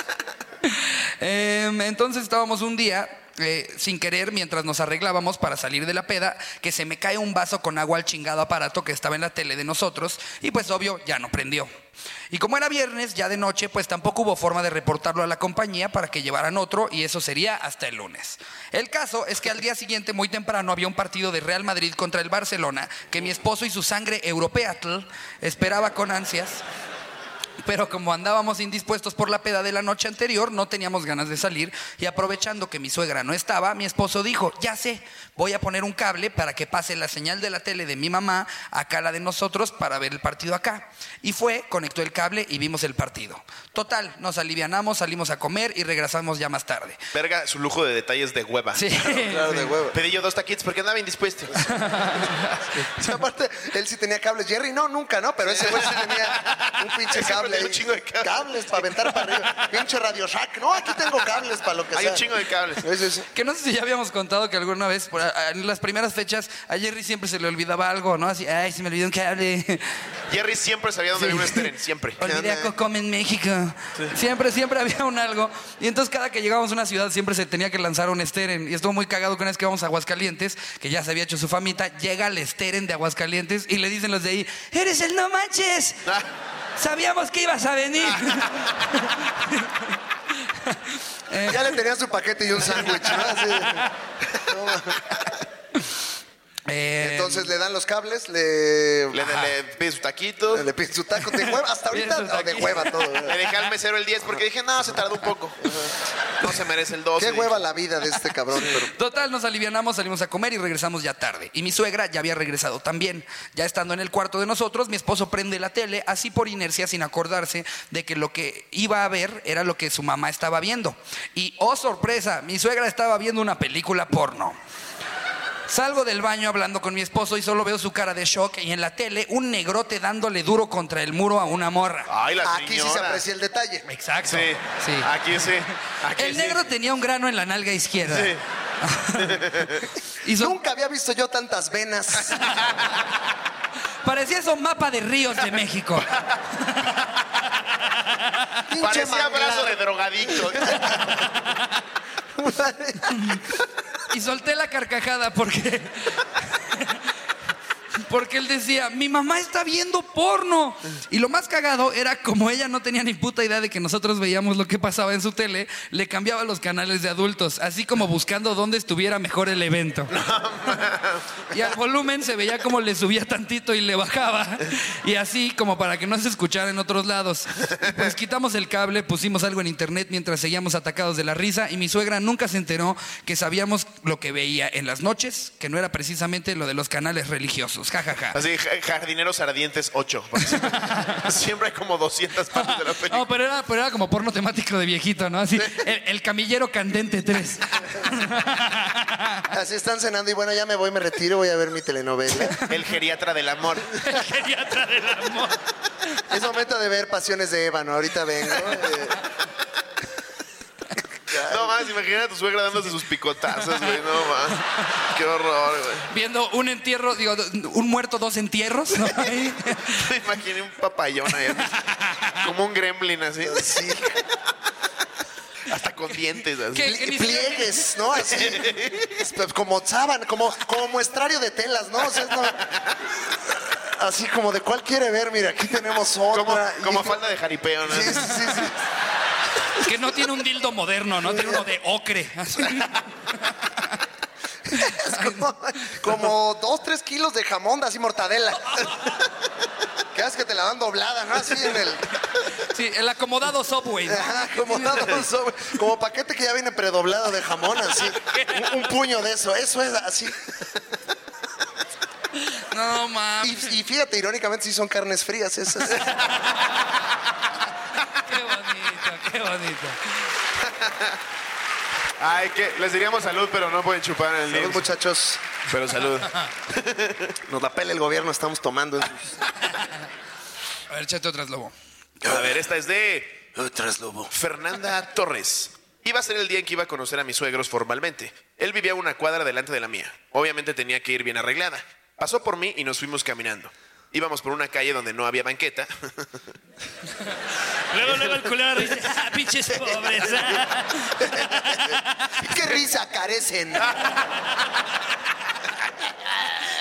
S1: Em, entonces estábamos un día, eh, sin querer, mientras nos arreglábamos para salir de la peda, que se me cae un vaso con agua al chingado aparato que estaba en la tele de nosotros y pues obvio ya no prendió. Y como era viernes, ya de noche, pues tampoco hubo forma de reportarlo a la compañía para que llevaran otro y eso sería hasta el lunes. El caso es que al día siguiente, muy temprano, había un partido de Real Madrid contra el Barcelona que mi esposo y su sangre europea esperaba con ansias. Pero como andábamos indispuestos por la peda de la noche anterior, no teníamos ganas de salir y aprovechando que mi suegra no estaba, mi esposo dijo, ya sé, voy a poner un cable para que pase la señal de la tele de mi mamá acá a la de nosotros para ver el partido acá. Y fue, conectó el cable y vimos el partido. Total, nos alivianamos, salimos a comer y regresamos ya más tarde.
S2: Verga, su lujo de detalles de hueva.
S1: Sí.
S3: Claro, de huevo.
S2: Pedí yo dos taquitos porque andaba indispuesto.
S3: Sí, *laughs* aparte, él sí tenía cables. Jerry no, nunca, ¿no? Pero ese güey sí
S2: *laughs*
S3: tenía un pinche
S2: Ese
S3: cable.
S2: güey tenía un
S3: ahí.
S2: chingo de cables.
S3: para aventar para arriba. Pinche Radio Shack. No, aquí tengo cables para lo que
S2: Hay
S3: sea.
S2: un chingo de cables.
S3: Sí, sí, sí.
S1: Que no sé si ya habíamos contado que alguna vez, por- a- en las primeras fechas, a Jerry siempre se le olvidaba algo, ¿no? Así, ay, se me olvidó un cable.
S2: Jerry siempre sabía dónde
S1: Sí.
S2: vivía un Steren, siempre.
S1: *laughs* Olvidé a Cocom en México. Siempre, siempre había un algo. Y entonces cada que llegábamos a una ciudad siempre se tenía que lanzar un esteren. Y estuvo muy cagado con es que vamos a Aguascalientes, que ya se había hecho su famita. Llega el esteren de Aguascalientes y le dicen los de ahí, eres el no manches. Sabíamos que ibas a venir.
S3: Ya le tenía su paquete y un sándwich, ¿no? Así. No, ma-
S1: Eh,
S3: Entonces le dan los cables, le.
S2: Le, le pide su taquito.
S3: le piden su taco de hueva. Hasta
S1: Pide
S3: ahorita
S1: su
S3: no, de
S1: taquito.
S3: hueva
S2: *laughs*
S3: todo.
S2: Le dejé al mesero el 10 porque dije, no, se tardó un poco. No se merece el 12.
S3: Qué hueva la vida de este cabrón, pero.
S1: Total, nos alivianamos, salimos a comer y regresamos ya tarde. Y mi suegra ya había regresado también. Ya estando en el cuarto de nosotros, mi esposo prende la tele, así por inercia, sin acordarse de que lo que iba a ver era lo que su mamá estaba viendo. Y, oh sorpresa, mi suegra estaba viendo una película porno. Salgo del baño hablando con mi esposo y solo veo su cara de shock y en la tele un negrote dándole duro contra el muro a una morra.
S2: Ay, la
S3: Aquí sí se
S2: señora.
S3: aprecia el detalle.
S1: Exacto.
S2: Sí,
S1: Sí.
S2: Aquí sí. Aquí
S1: El
S2: sí.
S1: negro tenía un grano en la nalga izquierda.
S2: Sí.
S1: *laughs* Y su-
S3: Nunca había visto yo tantas venas.
S2: *laughs*
S1: Parecía eso mapa de ríos de México.
S3: Pinche
S2: Parecía
S3: manglar.
S2: brazo de drogadicto.
S1: Y solté la carcajada porque. Porque él decía, mi mamá está viendo viendo porno. Y lo más cagado era como ella no tenía ni puta idea de que nosotros veíamos lo que pasaba en su tele, le cambiaba los canales de adultos, así como buscando dónde estuviera mejor el evento. y al volumen se veía como le subía tantito y le bajaba. Y así como para que no se escuchara en otros lados. Y pues quitamos el cable, pusimos algo en internet mientras seguíamos atacados de la risa y mi suegra nunca se enteró que sabíamos lo que veía en las noches, que no era precisamente lo de los canales religiosos. Ja, ja, ja.
S2: Así, ja- Jardineros Ardientes 8. porque siempre, *laughs* siempre hay como 200 partes de la película.
S1: No, pero era, pero era como porno temático de viejito, ¿no? Así, el, el camillero candente *laughs* 3.
S3: *laughs* Así están cenando y bueno, ya me voy, me retiro, voy a ver mi telenovela.
S2: El geriatra del amor.
S1: El geriatra del amor.
S3: Es momento de ver Pasiones de Ébano, ahorita
S1: *laughs*
S3: vengo. eh.
S2: No más, imagina a tu suegra dándose sus picotazos, güey. No más. Qué horror, güey.
S1: Viendo un entierro, digo, un muerto, dos entierros. ¿no? Ahí.
S2: Me imaginé un papayón ahí. Como un gremlin así.
S3: Sí,
S2: Hasta con dientes así.
S1: ¿Qué?
S3: pli-
S1: ni siquiera-
S3: pliegues, ¿no? Así. Es pe- Como sábana, como, como muestrario de telas, ¿no? O sea, es no- Así como de cuál quiere ver, mira, aquí tenemos otra.
S2: Como,
S3: Y-
S2: como falda de jaripeo, ¿no?
S3: *laughs* Sí, sí, sí, sí.
S1: Que no tiene un dildo moderno, ¿no? Tiene uno de ocre. *laughs* Así.
S3: Es como, como dos, tres kilos de jamón, de así mortadela. Que haces que te la dan doblada, ¿no? Así en el.
S1: Sí, el acomodado Subway. ¿no?
S3: Ajá, como, dado un sobre- como paquete que ya viene predoblado de jamón, así. Un, un puño de eso, eso es así.
S1: No mames,
S3: Y, y fíjate, irónicamente, sí son carnes frías
S2: *laughs*
S3: esas.
S1: qué bonito, qué bonito.
S2: Ay, que les diríamos salud, pero no pueden chupar en el
S3: Los
S2: libro.
S3: muchachos,
S2: Pero salud.
S3: nos la pela el gobierno, estamos tomando.
S1: A ver, échate otras lobo.
S2: A ver, esta es de
S3: Tras lobo.
S2: Fernanda Torres. Iba a ser el día en que iba a conocer a mis suegros formalmente. Él vivía una cuadra delante de la mía. Obviamente tenía que ir bien arreglada. Pasó por mí y nos fuimos caminando. Íbamos por una calle donde no había banqueta.
S1: Luego, luego el culero dice, ah, pinches pobres. *laughs*
S3: ¡Qué risa carecen!
S2: Ah,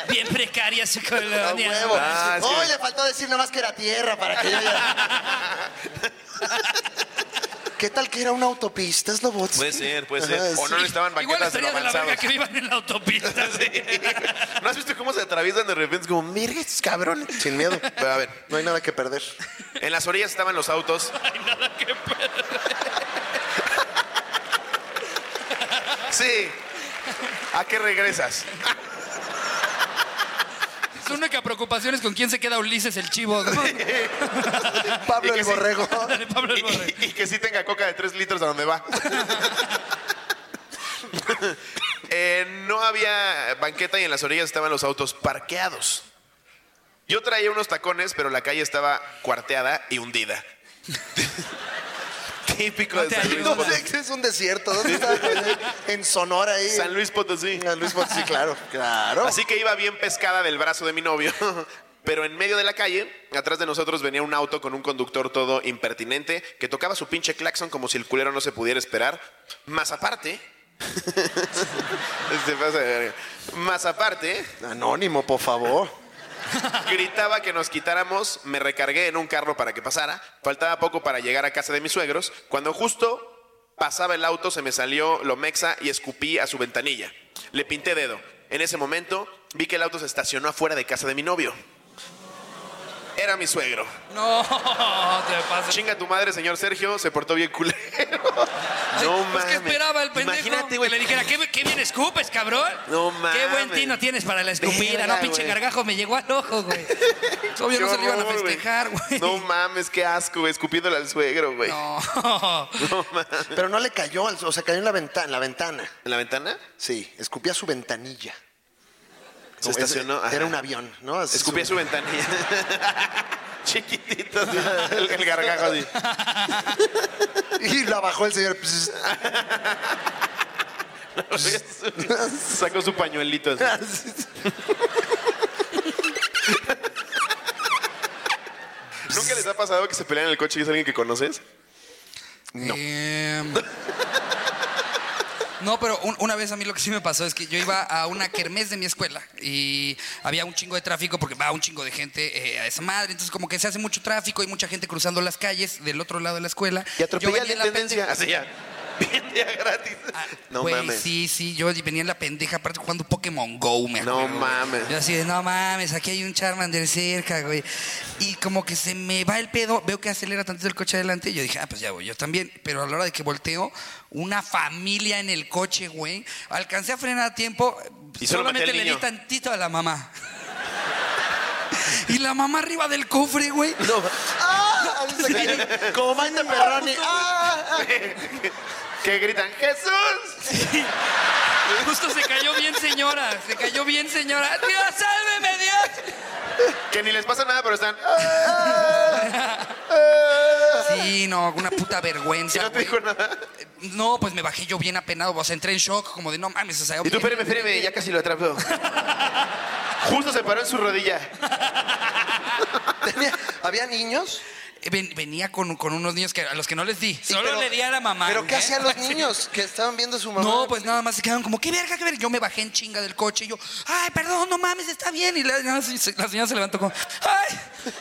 S1: Bien precaria su
S3: ¡A
S1: colonia.
S3: huevo!
S2: Ah, es que-
S3: Hoy le faltó decir nada más que era tierra para que yo ya... ¿Qué tal que era una autopista, Slobots?
S2: *laughs* Puede ser, puede ser.
S3: Ajá,
S2: O no
S3: sí.
S2: necesitaban
S1: Igual
S2: banquetas, pero
S1: estaría de la verga
S2: avanzados.
S1: que vivan en la
S3: *laughs*
S1: autopista.
S2: ¿No has visto cómo se atraviesan de repente? Es como, mm. mire, estos cabrones.
S3: Sin miedo.
S2: Pero a ver,
S3: No hay nada que perder.
S2: en las orillas estaban los autos. Sí. ¿A qué regresas?
S1: Su única preocupación es con quién se queda Ulises el chivo. *laughs* ¿no?
S3: Pablo
S2: Y que
S3: el
S2: sí.
S3: Borrego.
S1: De Pablo el Borre.
S2: Y, y que sí tenga coca de 3 litros a
S1: *laughs*
S2: donde va. Eh, no había banqueta y en las orillas estaban los autos parqueados. Yo traía unos tacones, pero la calle estaba cuarteada y hundida. *laughs* Típico
S1: No
S2: de
S1: te
S2: San *laughs* Luis
S1: ayudo.
S3: *laughs* No sé,
S2: Potosí.
S3: es un desierto. ¿Dónde está? En Sonora ahí.
S2: San Ah, Luis Potosí.
S3: San Luis Potosí, claro. Claro.
S2: Así que iba bien pescada del brazo de mi novio. *laughs* Pero en medio de la calle, atrás de nosotros venía un auto con un conductor todo impertinente que tocaba su pinche claxon como si el culero no se pudiera esperar. Más aparte. *laughs* Se pasa de verga. Más aparte,
S3: Anónimo, por favor.
S2: gritaba que nos quitáramos, me recargué en un carro para que pasara. Faltaba poco para llegar a casa de mis suegros. Cuando justo pasaba el auto, se me salió lo mexa y escupí a su ventanilla. Le pinté dedo. En ese momento, vi que el auto se estacionó afuera de casa de mi novio. Era mi suegro.
S1: No, te pasa.
S2: Chinga tu madre, señor Sergio, se portó bien culero. No
S1: Pues que
S2: mames.
S1: esperaba el pendejo
S2: Imagínate,
S1: que
S2: güey.
S1: le dijera, ¿Qué, qué bien escupes, cabrón.
S2: No
S1: Qué
S2: mames.
S1: buen tino tienes para la escupida,
S2: Verga,
S1: no pinche
S2: güey.
S1: gargajo, me llegó al ojo,
S2: *laughs*
S1: güey. Obvio
S2: Qué
S1: no se lo iban a
S2: horror, güey.
S1: festejar, güey.
S2: No mames, qué asco, güey, escupiéndole al suegro, güey.
S1: *laughs* No.
S3: Pero no le cayó, al- o sea, cayó en la ventana. La ventana.
S2: ¿En la ventana?
S3: Sí, escupía su ventanilla.
S2: Se estacionó.
S3: Era
S2: ajá.
S3: un avión, ¿no? Así
S2: Escupía su ventanilla. *laughs* Chiquitito, así, el, el gargajo *laughs* así.
S3: *laughs* Y la bajó el señor. pues,
S2: *laughs*
S3: Pss,
S2: Sacó su pañuelito *laughs* así. ¿Nunca les ha pasado que se pelean en el coche y es alguien que conoces?
S1: Em, No, pero un- una vez a mí lo que sí me pasó es que yo iba a una kermés de mi escuela y había un chingo de tráfico porque va un chingo de gente eh, a esa madre. Entonces, como que se hace mucho tráfico y mucha gente cruzando las calles del otro lado de la escuela.
S2: Y atropellé
S1: Yo
S2: a la
S1: venía en la Ah,
S2: intendencia. Así ya. *laughs* Bien día gratis. no
S1: Güey,
S2: mames.
S1: Sí, sí, yo venía en la pendeja, aparte jugando Pokémon Go, me
S2: No
S1: acuerdo, güey.
S2: mames.
S1: Yo así de, no mames, aquí hay un Charmander cerca, güey. Y como que se me va el pedo, veo que acelera tantito el coche adelante. Y yo dije, ah, pues ya voy, yo también. Pero a la hora de que volteo, una familia en el coche, güey. Alcancé a frenar a tiempo,
S2: Y solo maté
S1: solamente
S2: al
S1: le di
S2: niño.
S1: tantito a la mamá. *laughs* y la mamá arriba del cofre, güey.
S3: *laughs* ¡Ah! Así se cayó. Como
S2: *laughs*
S3: Magna Perroni. ¡Ah! ah.
S2: Que gritan, ¡Jesús!
S1: Justo se cayó bien, señora. Se cayó bien, señora. Dios, sálveme, Dios.
S2: *laughs* Que ni les pasa nada, pero están. "Ah,
S1: Sí, no, una puta vergüenza.
S2: Y no te
S1: güey.
S2: dijo nada.
S1: No, pues me bajé yo bien apenado, o sea, entré en shock, como de no mames, o sea,
S2: Y tú,
S1: obviamente-
S2: espérame, espérame, ya casi lo atrapó. *laughs* Justo se paró en su rodilla.
S3: Tenía- ¿Había niños?
S1: eh, Ven- venía con, con unos niños que a los que no les di,
S3: Sí,
S1: solo
S3: pero-
S1: le di a la mamá.
S3: ¿Pero
S1: güey,
S3: qué
S1: ¿eh? *laughs*
S3: hacían los niños que estaban viendo a su mamá?
S1: No, pues nada más se quedaron como, qué verga, qué verga. Yo me bajé en chinga del coche y yo, ay, perdón, no mames, está bien. Y la, la señora se levantó como, ay,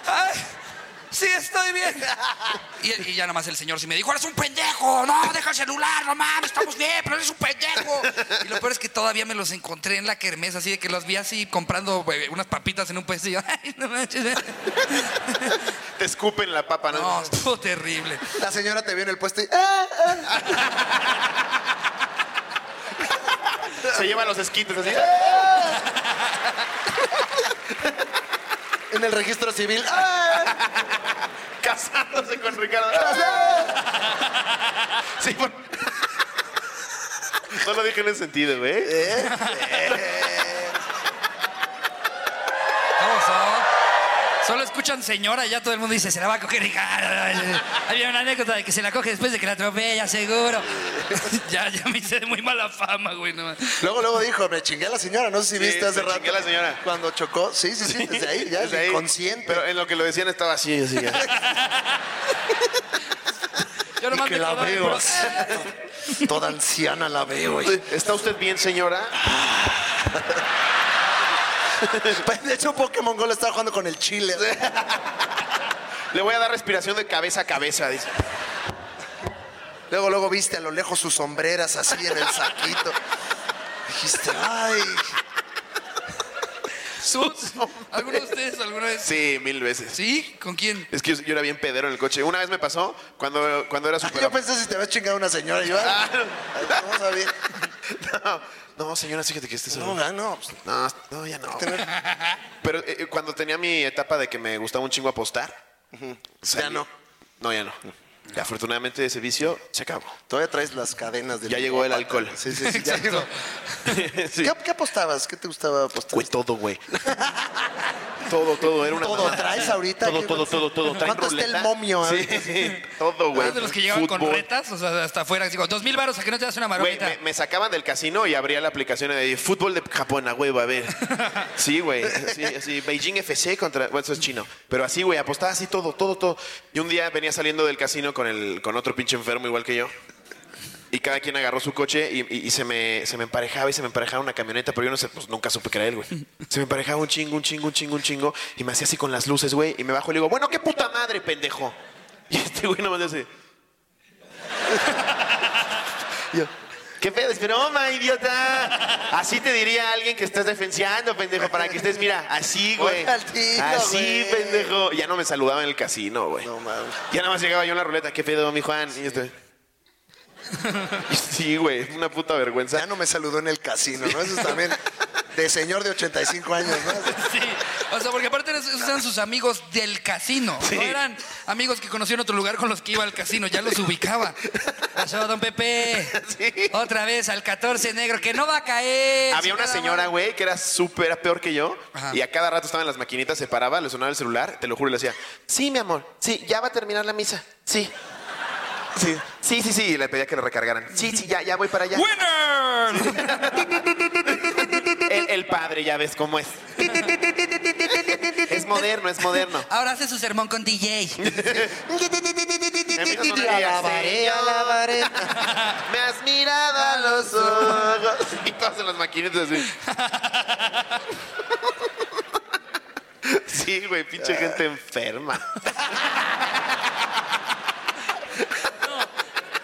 S1: ay, sí, estoy bien. Y, y ya nada más el señor sí me dijo, eres un pendejo, no, deja el celular, no mames, estamos bien, pero eres un pendejo. Y lo peor es que todavía me los encontré en la kermés, así de que los vi así comprando eh, unas papitas en un pestillo. *laughs* Ay, no manches.
S2: Te escupen la papa, ¿no?
S1: No, estuvo terrible.
S3: La señora te vio en el puesto y... ¡Ah! ah.
S2: Se lleva los esquites así.
S3: En el registro civil. ¡Ah!
S2: Casándose con Ricardo.
S3: *laughs*
S2: Sí, por- No lo dije en ese sentido, güey.
S3: Eh,
S1: Vamos, ¿no? Solo escuchan señora y ya todo el mundo dice, se la va a coger Ricardo. *laughs* Había una anécdota de que se la coge después de que la atropella, seguro. *laughs* ya, ya me hice de muy mala fama, güey. No,
S3: Luego, luego dijo, me chingué a la señora. No sé si
S2: Sí,
S3: viste hace
S2: me
S3: rato.
S2: chingué a la señora.
S3: Cuando chocó. Sí, sí, sí. Desde ahí,
S2: *laughs*
S3: ya,
S2: Desde ahí.
S3: inconsciente.
S2: Pero en lo que lo decían estaba así, así. ya.
S1: yo nomás
S3: que
S1: me
S3: la
S1: acordaba de-
S3: veo. *laughs* Toda anciana la veo. güey.
S2: ¿Está usted bien, señora?
S3: Pues, De hecho, Pokémon Go lo estaba jugando con el chile.
S2: Le voy a dar respiración de cabeza a cabeza, dice.
S3: Luego, luego viste a lo lejos sus sombreras así en el saquito. Dijiste, ay.
S1: Sus- ¿Alguno de ustedes alguna vez? Sí.
S2: Sí, mil veces.
S1: ¿Con quién?
S2: Es que yo, yo era bien pedero en el coche. Una vez me pasó cuando, cuando era super...
S3: Ah, Yo pensé si te habías chingado a una señora. Yo, ay, vamos a ver.
S2: no, *laughs* no, señora, fíjate que este es...
S3: No, ah, no. pues,
S2: No, no, ya no. Pero eh, eh, cuando tenía mi etapa de que me gustaba un chingo apostar,
S3: Ya no.
S2: no, ya no. Afortunadamente ese vicio se acabó.
S3: Todavía traes las cadenas del.
S2: Ya llegó el
S3: hipópata.
S2: alcohol.
S3: Sí, *laughs* sí, sí. ya llegó.
S2: Sí.
S3: ¿Qué, qué apostabas? ¿Qué te gustaba apostar?
S2: Güey, todo, *laughs* güey. todo, todo. Era una
S3: Todo
S2: mamada.
S3: traes ahorita.
S2: Todo,
S3: ¿Qué-
S2: todo, todo, todo. Traen
S3: ¿Cuánto está el
S2: ruleta.
S3: momio ah?
S2: Sí,
S3: ahorita?
S2: sí, *laughs* todo, güey.
S1: ¿Eres Ah, de los que llegaban con
S2: Fútbol.
S1: retas? O sea, hasta afuera. Digo, dos mil baros, ¿a que no te das una
S2: Güey,
S1: maromita?
S2: me, me sacaban del casino y abría la aplicación de fútbol de Japón, a huevo, a
S1: *laughs*
S2: ver. Sí, güey. Sí, sí. Beijing FC contra. Bueno, eso es chino. Pero así, güey, apostaba así todo, todo, todo. Y un día venía saliendo del casino con, el, con otro pinche enfermo igual que yo. Y cada quien agarró su coche y, y- y se, me, se me emparejaba y se me emparejaba una camioneta, pero yo no sé, pues nunca supe que era él, güey. Se me emparejaba un chingo, un chingo, un chingo, un chingo. Y me hacía así con las luces, güey. Y me bajo y le digo, bueno, qué puta madre, pendejo. Y este güey nomás le hace. *laughs* Y yo, qué pedo, broma, idiota. Así te diría alguien que estás defenciando, pendejo, para que estés, mira, así, güey.
S3: Oye, al tiro,
S2: Así,
S3: güey.
S2: pendejo. Ya no me saludaba en el casino, güey.
S3: No mames.
S2: Ya nada más llegaba yo en la ruleta, qué pedo, mi Juan. Y yo estoy- *laughs* Sí, güey, una puta
S3: Ya
S2: vergüenza.
S3: no me saludó en el casino, ¿no? Eso es también de señor de 85 años, ¿no?
S1: Sí, o sea, porque aparte eran- esos eran sus amigos del casino. No eran amigos que conoció en otro lugar con los que iba al casino, ya los ubicaba. Pasó, don Pepe.
S2: Sí.
S1: Otra vez al 14 negro, que no va a caer.
S2: Había una
S1: chingada
S2: señora,
S1: madre.
S2: güey, que era súper, era peor que yo.
S1: Ajá.
S2: Y a cada rato estaba en las maquinitas, se paraba, le sonaba el celular, te lo juro, y le decía, sí, mi amor, sí, ya va a terminar la misa, sí. Sí, sí, sí, sí, y le pedía que lo recargaran. Sí, sí, ya, ya voy para allá.
S1: ¡Winner!
S2: El, el padre, ya ves cómo es. Es moderno, es moderno.
S1: Ahora hace su sermón con DJ.
S2: Mi amigo son ellas, sí, yo
S3: 40.
S2: Me has mirado a los ojos. Y todas en las maquinitas así. Sí, güey, pinche gente enferma.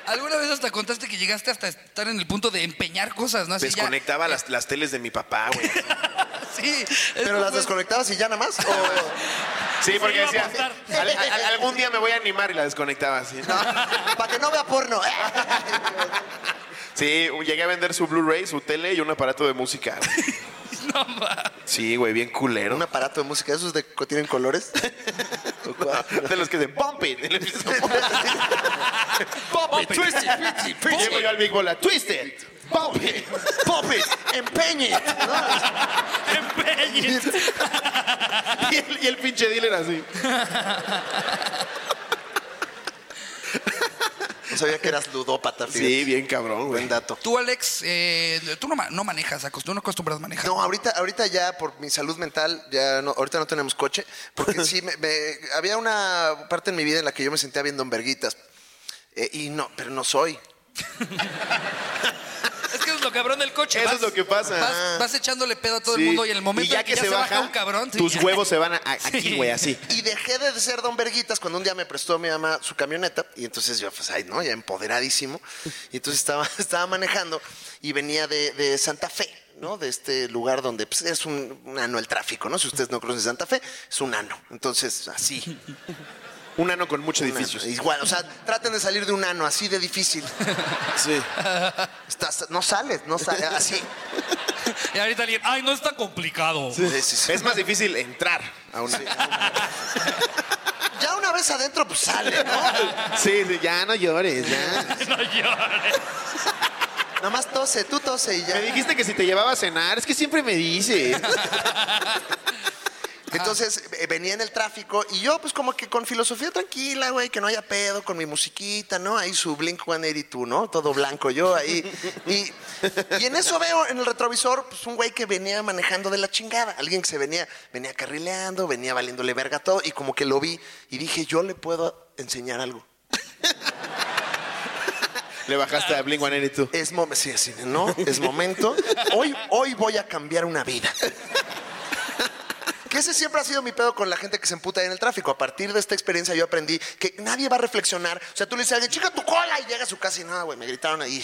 S1: Alguna vez hasta contaste que llegaste hasta estar en el punto de empeñar cosas, ¿no? Así ya-
S2: Desconectaba las, las teles de mi papá, güey.
S1: *laughs* Sí.
S3: *laughs* Pero
S1: esto
S3: las
S1: fue-
S3: desconectabas y ya nada más. O
S2: Sí, porque
S1: iba a
S2: decía,
S1: apostar.
S2: "Al- al- algún día me voy a animar y la desconectaba así.
S3: para que no vea porno.
S2: Sí, llegué a vender su Blu-ray, su tele y un aparato de música.
S1: No, ma.
S2: Sí, güey, bien culero.
S3: Un aparato de música, esos de que tienen colores. ¿O cuál?
S2: *laughs* De los que se bump it. Y le empiezas a- *laughs*
S1: Pop it, twist it, twist it, twist
S2: Llego
S1: it.
S2: yo al Big Bola, twisted, bump it, bump it.
S3: Empeñe.
S1: Empeñe.
S2: *laughs* Y el, y el pinche dealer así.
S3: No sabía que eras ludópata, fíjate.
S2: Sí, bien cabrón, güey.
S3: Buen dato.
S1: Tú, Alex, eh, tú no, ma- no manejas, acost- tú no acostumbras a manejar.
S3: No, ahorita, ahorita ya por mi salud mental, ya no, ahorita no tenemos coche, porque sí, me- me- había una parte en mi vida en la que yo me sentía viendo en verguitas. Eh, y no, pero no soy.
S1: Es que eso es lo cabrón del coche.
S2: Eso
S1: vas-
S2: es lo que pasa.
S1: Vas, vas echándole pedo a todo
S2: Sí.
S1: el mundo y en el momento en que, ya se, baja, un cabrón. sí.
S2: tus huevos se van a- a-
S1: *laughs*
S2: aquí, güey, así.
S3: Y dejé de ser don Verguitas cuando un día me prestó mi mamá su camioneta. Y entonces yo, pues, ay, ¿no? Ya empoderadísimo. Y entonces estaba, *laughs* estaba manejando y venía de, de Santa Fe, ¿no? De este lugar donde pues, es un, un ano el tráfico, ¿no? Si ustedes no conocen Santa Fe, es un ano.
S2: *laughs*
S3: Entonces, así.
S2: Un ano con muchos
S3: un ano.
S2: edificios.
S3: Igual, o sea, traten de salir de un ano, así de difícil.
S2: Sí.
S3: Estás- no sales, no sales, así.
S1: Y ahorita alguien, ay, no es tan complicado.
S3: Sí, sí, sí.
S2: Es más difícil entrar a una.
S3: Ya una vez adentro, pues sale, ¿no?
S2: Sí, sí, ya no llores, ya.
S1: *laughs* No llores.
S3: Nomás tose, tú tose y ya.
S2: Me dijiste que si te llevaba a cenar, es que siempre
S1: *laughs*
S2: me dices.
S3: Entonces eh, venía en el tráfico y yo, pues, como que con filosofía tranquila, güey, que no haya pedo, con mi musiquita, ¿no? Ahí su Blink 182, ¿no? Todo blanco yo ahí. Y, y en eso veo en el retrovisor, pues, un güey que venía manejando de la chingada. Alguien que se venía, venía carrileando, venía valiéndole verga todo. Y como que lo vi y dije, yo le puedo enseñar algo.
S2: Le bajaste a Blink One y tú.
S3: Es momento, sí, así de, no, es momento. Hoy, hoy voy a cambiar una vida. Que ese siempre ha sido mi pedo con la gente que se emputa ahí en el tráfico. A partir de esta experiencia yo aprendí que nadie va a reflexionar. O sea, tú le dices a alguien, chica tu cola, y llega a su casa y nada, güey, me gritaron ahí.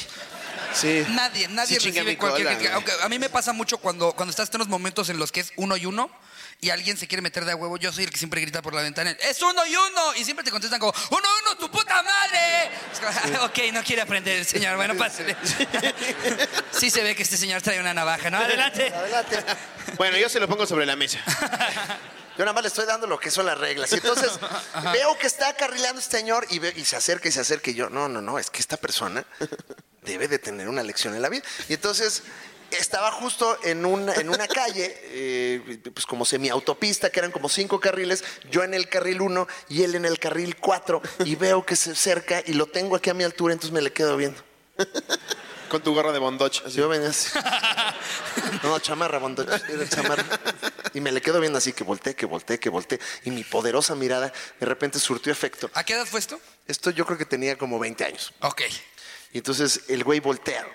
S2: Sí.
S1: Nadie, nadie
S2: Sí, chinga mi
S1: recibe cualquier
S2: cola,
S1: crítica.
S2: güey.
S1: Aunque a mí me pasa mucho cuando, cuando estás en unos momentos en los que es uno y uno y alguien se quiere meter de a huevo. Yo soy el que siempre grita por la ventana. ¡Es uno y uno! Y siempre te contestan como, ¡Uno y uno, tu puta madre! Es como, "Ah, *laughs* ok, no quiere aprender, señor. Bueno, pásale. *laughs* sí se ve que este señor trae una navaja, ¿no? Adelante.
S3: Adelante.
S2: Bueno, yo se lo pongo sobre la mesa.
S3: Yo nada más le estoy dando lo que son las reglas. Y entonces veo que está carrilando este señor y, ve- y se acerca y se acerca. Y yo, no, no, no, es que esta persona debe de tener una lección en la vida. Y entonces estaba justo en una, en una calle, eh, pues como semiautopista, que eran como cinco carriles. Yo en el carril uno y él en el carril cuatro. Y veo que se acerca y lo tengo aquí a mi altura, entonces me le quedo viendo.
S2: Con tu gorra de bondoch.
S3: Así yo venía *laughs* así. No, chamarra, Bondo, era chamarra. Y me le quedo viendo así, que volteé, que volteé, que volteé. Y mi poderosa mirada de repente surtió efecto.
S1: ¿A qué edad fue esto?
S3: Esto yo creo que tenía como 20 años.
S1: Ok.
S3: Y entonces el güey voltea.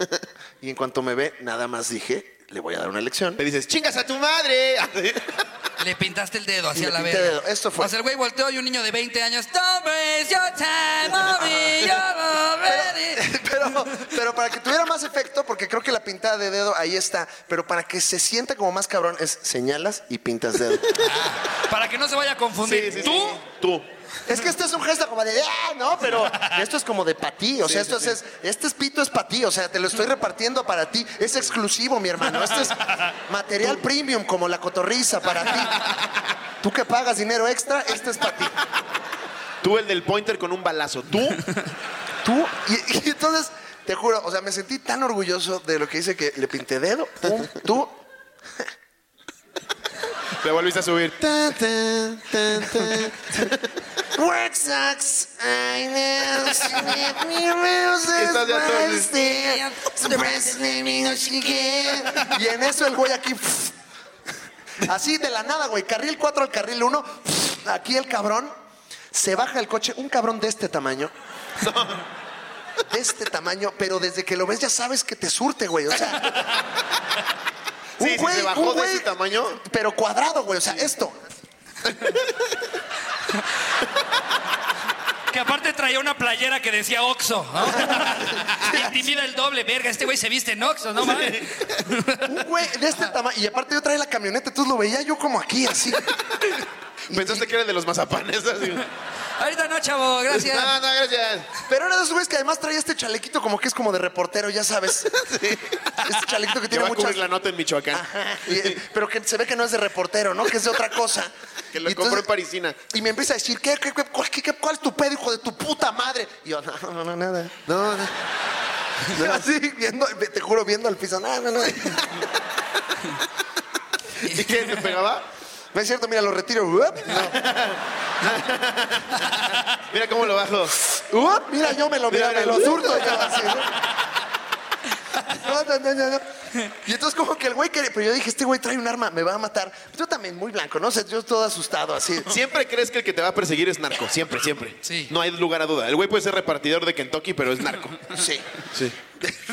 S3: *laughs* Y en cuanto me ve, nada más dije, le voy a dar una lección.
S2: Le dices, chingas a tu madre. *laughs*
S1: Le pintaste el dedo hacia
S3: le
S1: la
S3: pinté
S1: verga.
S3: el dedo. Esto fue.
S1: O sea, el güey volteó y un niño de 20 años. Don't waste your time, mommy, you're already-"
S3: *laughs* Pero, pero para que tuviera más efecto, porque creo que la pintada de dedo ahí está, pero para que se sienta como más cabrón, es señalas y pintas dedo.
S1: Para que no se vaya a confundir. Tú
S2: Tú.
S3: Es que este es un gesto como de, ah, no, pero esto es como de para ti. O sea, esto es, este es pito es para ti. O sea, te lo estoy repartiendo para ti. Es exclusivo, mi hermano. Este es material premium, como la cotorriza para ti. Tú que pagas dinero extra, este es para ti.
S2: Tú el del pointer con un balazo.
S3: *laughs*
S2: Tú.
S3: Tú, y, y entonces, te juro, o sea, me sentí tan orgulloso de lo que hice que le pinté dedo, pum, tú.
S2: Le volviste a subir.
S3: Tan, tan, tan, tan. Work sucks, I know, she made me lose
S2: Estás ya todo
S3: my step. Surprise me, me no she can. Y en eso el güey aquí. pf, Así de la nada, güey. Carril 4 al carril 1. Aquí el cabrón se baja el coche. Un cabrón de este tamaño. de este tamaño, pero desde que lo ves ya sabes que te surte, güey. O sea.
S2: Sí, si se bajó de ese tamaño.
S3: Pero cuadrado, güey. O sea, esto.
S1: Que aparte traía una playera que decía Oxo.
S3: *laughs*
S1: Intimida el doble, verga. Este güey se viste en Oxo, no mames.
S3: Un güey de este tamaño. Y aparte yo traía la camioneta, entonces lo veía yo como aquí, así.
S2: Pensaste que era el de los mazapanes. *laughs* así.
S1: Ahorita no, chavo, gracias.
S2: No, no, gracias.
S3: Pero era de esos güeyes que además traía este chalequito como que es como de reportero,
S2: *laughs*
S3: ya sabes. Este chalequito que
S2: Que
S3: tiene
S2: va a
S3: muchas...
S2: cubrir la nota en Michoacán.
S3: *laughs* Y- pero que se ve que no es de reportero, ¿no? Que es de otra cosa.
S2: Que lo
S3: Y
S2: compró
S3: entonces-
S2: en Parisina.
S3: Y me empieza a decir, ¿qué, qué, qué- cuál, qué- qué- cuál es tu pedo, hijo de tu puta madre? Y yo, no, no, no, nada. No, no.
S2: *laughs*
S3: no. Así, viendo, te juro, viendo al piso, no, no, no.
S2: ¿Y qué? ¿Te pegaba?
S3: No es cierto, mira, lo retiro. Uop,
S2: Mira cómo lo bajo.
S3: uop, mira, yo me lo, mira,
S2: Mira,
S3: me lo
S2: mira.
S3: surto. yo así, ¿no? No, no, no, no. Y entonces como que el güey quería, pero yo dije, este güey trae un arma, me va a matar. Yo también muy blanco, ¿no? O sea, yo todo asustado, así.
S2: Siempre crees que el que te va a perseguir es narco. Siempre, siempre.
S1: Sí.
S2: No hay lugar a duda. El güey puede ser repartidor de Kentucky, pero es narco.
S3: Sí. *laughs*
S2: Sí.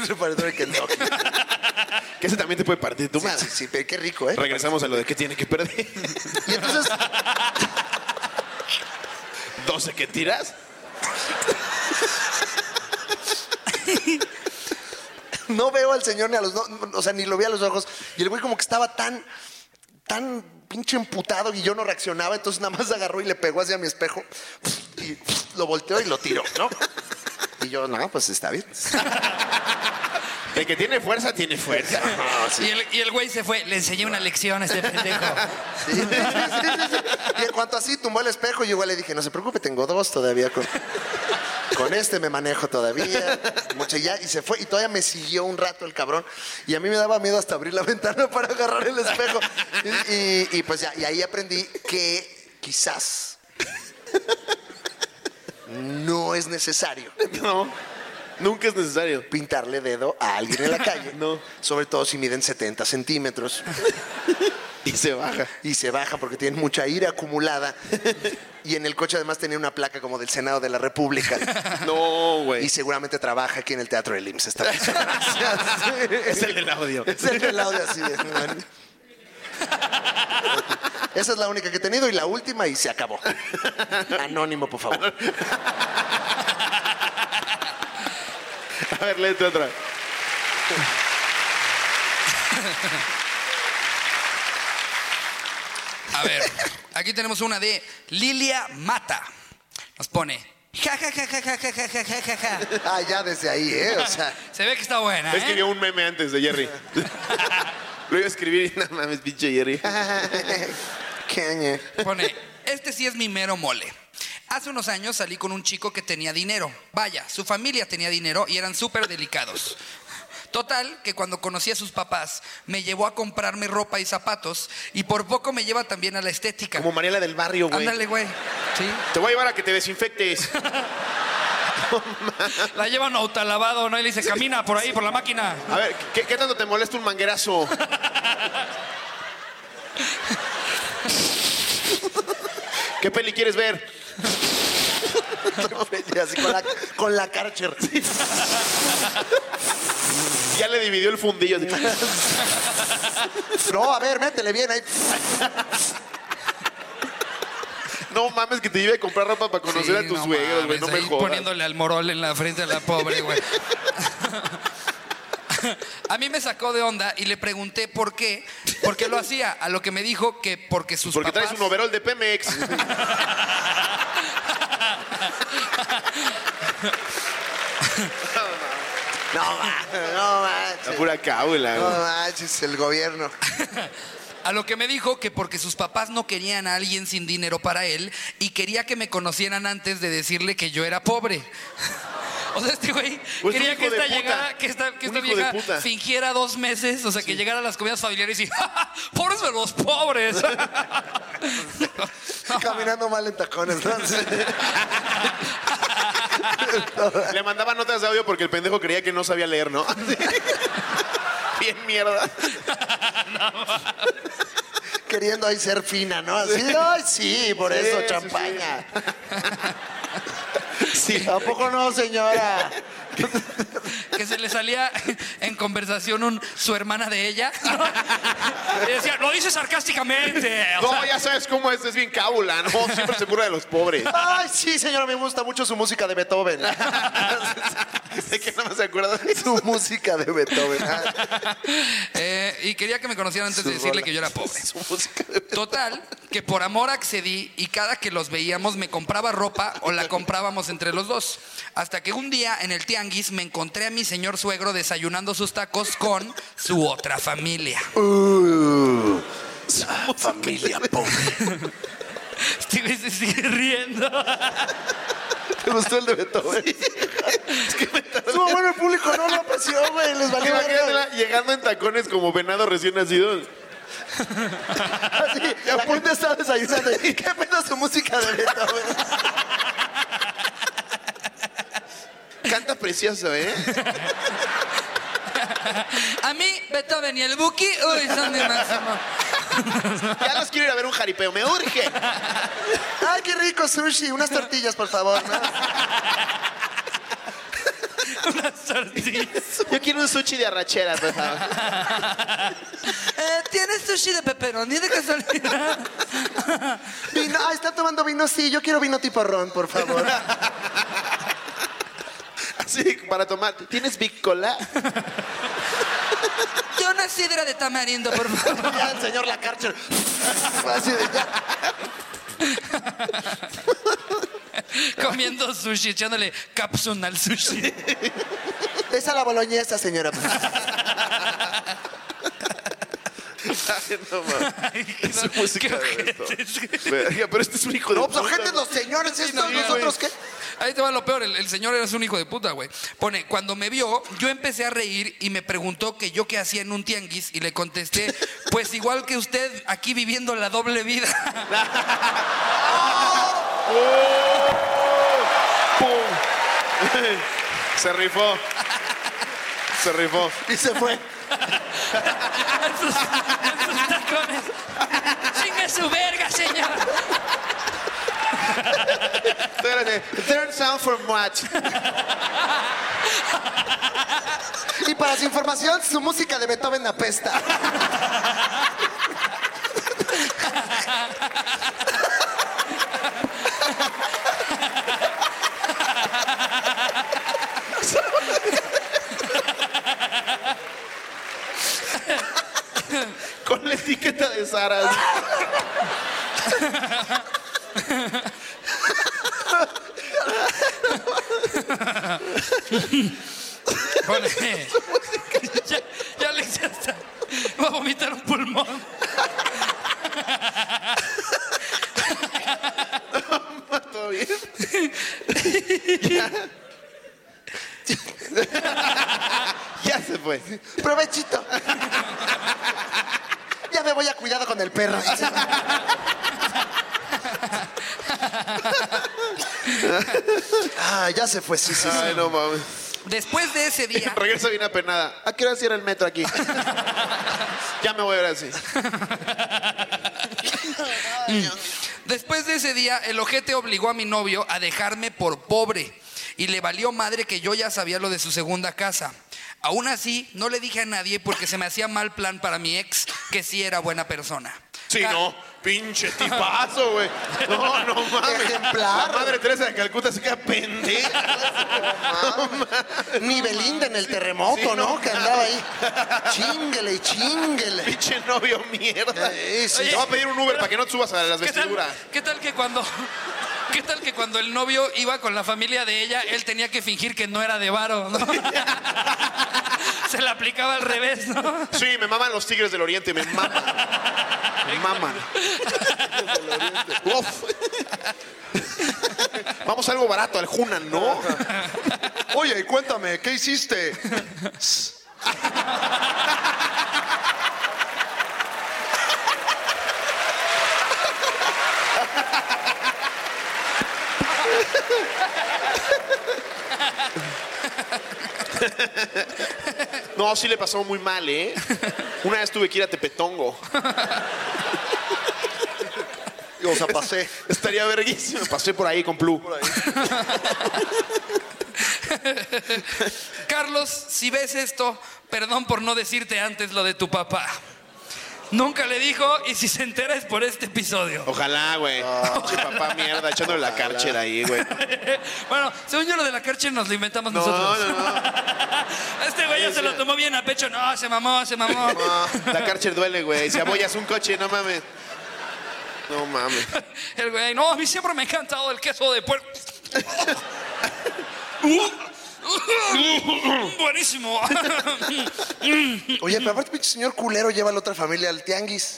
S3: Reparador de Kentucky.
S2: Que ese también te puede partir tu
S3: Sí,
S2: madre.
S3: sí, sí, pero qué rico, ¿eh?
S2: Regresamos a lo de que tiene que perder. *laughs*
S3: Y entonces
S2: 12 que tiras.
S3: no veo al señor ni a los no- o sea, ni lo vi a los ojos. Y el güey como que estaba tan, tan pinche emputado y yo no reaccionaba, entonces nada más agarró y le pegó hacia mi espejo y lo volteó y lo tiró, ¿no? Y yo, no, pues está bien.
S2: El que tiene fuerza, tiene fuerza.
S1: Y el, y el güey se fue. Le enseñé una lección a este pendejo.
S3: Sí, sí, sí, sí, sí. Y en cuanto así tumbó el espejo, yo igual le dije, no se preocupe, tengo dos todavía con, con este me manejo todavía. Mucho ya, y se fue, y todavía me siguió un rato el cabrón. Y a mí me daba miedo hasta abrir la *laughs* ventana para agarrar el espejo. Y, y- y pues ya, y ahí aprendí que quizás no es necesario
S2: No. Nunca es necesario.
S3: pintarle dedo a alguien en la calle.
S2: No.
S3: Sobre todo si miden 70 centímetros.
S2: Y se baja.
S3: y se baja porque tienen mucha
S2: *laughs*
S3: ira acumulada. Y en el coche además tenía una placa como del Senado de la República.
S2: No, güey.
S3: Y seguramente trabaja aquí en el Teatro del IMSS.
S2: *laughs*
S3: Esta persona.
S2: Es el del audio.
S3: es el pelado de así. de, "Man". Esa es la única que he tenido y la última y se acabó. Anónimo, por favor.
S2: A ver, léete otra.
S1: A ver, aquí tenemos una de Lilia Mata. Nos pone. Ja, ja, ja, ja, ja, ja, ja, ja, ja, ja.
S3: Ah, ya desde ahí, ¿eh? O sea,
S1: Se ve que está buena,
S2: Yo
S1: ¿eh?
S2: escribió un meme antes de *laughs* Jerry. Lo iba a escribir y no mames, pinche Jerry.
S3: qué añe.
S1: Pone, este sí es mi mero mole. Hace unos años salí con un chico que tenía dinero. Vaya, su familia tenía dinero y eran súper delicados. Total, que cuando conocí a sus papás, me llevó a comprarme ropa y zapatos y por poco me lleva también a la estética.
S2: *laughs* Como Mariela del Barrio, güey.
S1: Ándale, güey. Sí.
S2: Te voy a llevar a que te desinfectes.
S1: La llevan autolavado, ¿no? Y le dice, camina por ahí, por la máquina.
S2: A ver, ¿qué, qué tanto te molesta un *laughs* manguerazo? ¿Qué peli quieres ver?
S3: Y así con la, con la Karcher.
S2: Ya le dividió el fundillo. así.
S3: No, a ver, métele bien ahí.
S2: No mames, que te lleve a comprar ropa para conocer
S1: Sí,
S2: a tus
S1: no
S2: suegros, güey.
S1: mames,
S2: No me
S1: ahí
S2: jodas.
S1: poniéndole al morol en la frente a la pobre, güey. *laughs* A mí me sacó de onda y le pregunté por qué, por qué lo hacía, a lo que me dijo que porque sus
S2: Porque
S1: papás...
S2: traes un overall de Pemex. *laughs*
S1: *laughs*
S3: No, ma- no,
S2: La
S3: manches.
S2: pura cábula,
S3: No
S2: güey.
S3: manches, el gobierno. *laughs*
S1: A lo que me dijo que porque sus papás no querían a alguien sin dinero para él y quería que me conocieran antes de decirle que yo era pobre. *laughs* O sea, este güey
S2: Pues un
S1: quería
S2: hijo
S1: que
S2: de
S1: esta,
S2: puta.
S1: llegara, que esta, que
S2: Un
S1: esta
S2: hijo de
S1: vieja
S2: puta.
S1: fingiera dos meses, o sea, que llegara a las comidas familiares y *laughs* ¡Ja, ja! pobres de los
S2: *laughs*
S1: pobres.
S3: *laughs* Caminando mal en tacones, ¿no? Sí.
S2: Le mandaba notas de audio porque el pendejo creía que no sabía leer, ¿no? *laughs* Bien mierda.
S3: Queriendo ahí ser fina, ¿no? Así, ay, sí, por
S2: Sí,
S3: eso, *laughs*
S2: sí,
S3: champaña.
S2: Sí.
S3: ¿A poco no, señora?
S1: que se le salía en conversación un su hermana de ella. *laughs* Y decía, lo hice sarcásticamente. o
S2: No,
S1: sea,
S2: ya sabes cómo es, es bien cábula, ¿no? Siempre se cura de los *laughs* pobres.
S3: Ay, sí, señora, me gusta mucho su música de *laughs* Beethoven.
S2: ¿De qué no me acuerdo?
S3: su música de Beethoven.
S1: eh, y quería que me conocieran antes de
S3: Sus
S1: decirle
S3: rolas.
S1: que yo era pobre.
S3: *laughs* su música de
S1: Total, que por amor accedí y cada que los veíamos me compraba ropa o la comprábamos entre los dos. Hasta que un día en el tianguis me encontré a mi señor suegro desayunando sus tacos con su otra familia.
S3: Ah. familia pobre.
S1: Este güey se sigue riendo.
S3: ¿Te gustó el de Beethoven? *laughs* Estuvo bueno el público, no lo apreció, güey. Les valió verga.
S2: Imagínatela llegando en tacones como venado recién nacido.
S3: Así, Ah, la gente está desayunando. ¿Qué pena su música de *laughs* Beethoven?
S2: Canta precioso, ¿eh?
S1: A mí, Beethoven y el Buki, uy, son de máximo.
S2: Ya los quiero ir a ver un jaripeo, me urge.
S3: Ay, qué rico sushi. Unas tortillas, por favor. ¿no?
S1: Unas tortillas.
S2: Yo quiero un sushi de arrachera, por favor.
S1: Eh, ¿Tienes sushi de pepperoni de casualidad?
S3: *laughs* Vino, ah, está tomando vino, sí. Yo quiero vino tipo ron, por favor.
S2: Sí, *laughs* para tomar. ¿Tienes bicola?
S1: Yo una sidra de tamarindo, por favor.
S3: *laughs* Ya el
S2: *laughs*
S3: señor Lacarcher. Así de ya.
S1: Comiendo sushi, echándole capsun al sushi.
S3: Esa la boloñesa, señora.
S2: Ay, no, *laughs* mames.
S1: Ay, qué-
S2: Su música
S1: qué
S2: de esto.
S1: ojetes, güey.
S2: Verga, pero este es un hijo de
S3: No, pues
S2: puta.
S3: gente, los señores,
S1: Sí, no,
S3: estos,
S1: güey.
S3: nosotros, ¿qué?
S1: Ahí te va lo peor, el, el señor era un hijo de puta, güey. Pone, cuando me vio, yo empecé a reír y me preguntó que yo qué hacía en un tianguis y le contesté, pues igual que usted, aquí viviendo la doble *laughs* vida.
S2: Se rifó. Se rifó.
S3: Y se fue.
S1: En sus, en sus tacones. *laughs* ¡Chinga su verga, señor!
S2: Espérate. Turn sound for what?
S3: Y para su información, su música de Beethoven apesta.
S2: Con la etiqueta de Sara.
S1: Pone, *laughs* ya, ya Alex ya está. Va a vomitar un pulmón.
S2: ¿Todo *laughs* bien? ya. ya se fue.
S3: Provechito. Ya me voy a cuidado con el perro. Ah, ya se fue, sí, sí. sí.
S2: Ay, no mames.
S1: Después de ese día,
S2: Regresa bien apenada. ¿A qué hora cierra el metro aquí? ya me voy ahora sí.
S1: Después de ese día, el ojete obligó a mi novio a dejarme por pobre y le valió madre que yo ya sabía lo de su segunda casa. Aún así, no le dije a nadie porque se me hacía mal plan para mi ex, que sí era buena persona.
S2: Sí,
S1: Ca-
S2: no. Pinche tipazo, güey. *laughs* No, no mames.
S3: Ejemplar.
S2: La madre Teresa de Calcuta se queda pendeja. *laughs*
S3: Ni Belinda en el terremoto,
S2: Sí,
S3: ¿no?
S2: no.
S3: Que andaba ahí. Chinguele y chinguele.
S2: Pinche novio mierda.
S3: Sí, sí.
S2: Te voy a pedir un Uber para que no te subas a las
S1: ¿Qué tal,
S2: vestiduras.
S1: qué tal que cuando... *laughs* ¿Qué tal que cuando el novio iba con la familia de ella, él tenía que fingir que no era de varo? ¿no? *laughs* Se la aplicaba al revés, ¿no?
S2: Sí, me maman los tigres del oriente, me maman. Me maman. Uf. Vamos a algo barato, al Hunan, ¿no?
S3: Oye, cuéntame, ¿qué hiciste?
S2: No, sí le pasó muy mal, ¿eh? Una vez tuve que ir a Tepetongo.
S3: O sea, pasé.
S2: Estaría verguísimo. Pasé por ahí con Plu.
S1: Carlos, si ves esto, perdón por no decirte antes lo de tu papá. Nunca le dijo y si se entera es por este episodio.
S2: Ojalá, güey. Pinche papá mierda, echándole la cárcel ahí, güey.
S1: Bueno, según yo lo de la Kerchen nos lo inventamos
S2: No,
S1: nosotros.
S2: no, no.
S1: *laughs* Este güey ya se lo tomó bien a pecho. No, se mamó, se
S2: *laughs*
S1: mamó.
S2: No, la cárcel duele, güey. Si abollas un coche, no mames. No mames.
S1: El güey, no, a mí siempre me ha encantado el queso de
S2: *laughs*
S1: puerco. Buenísimo. *laughs*
S3: Oye, pero aparte, pinche señor culero lleva a la otra familia al tianguis.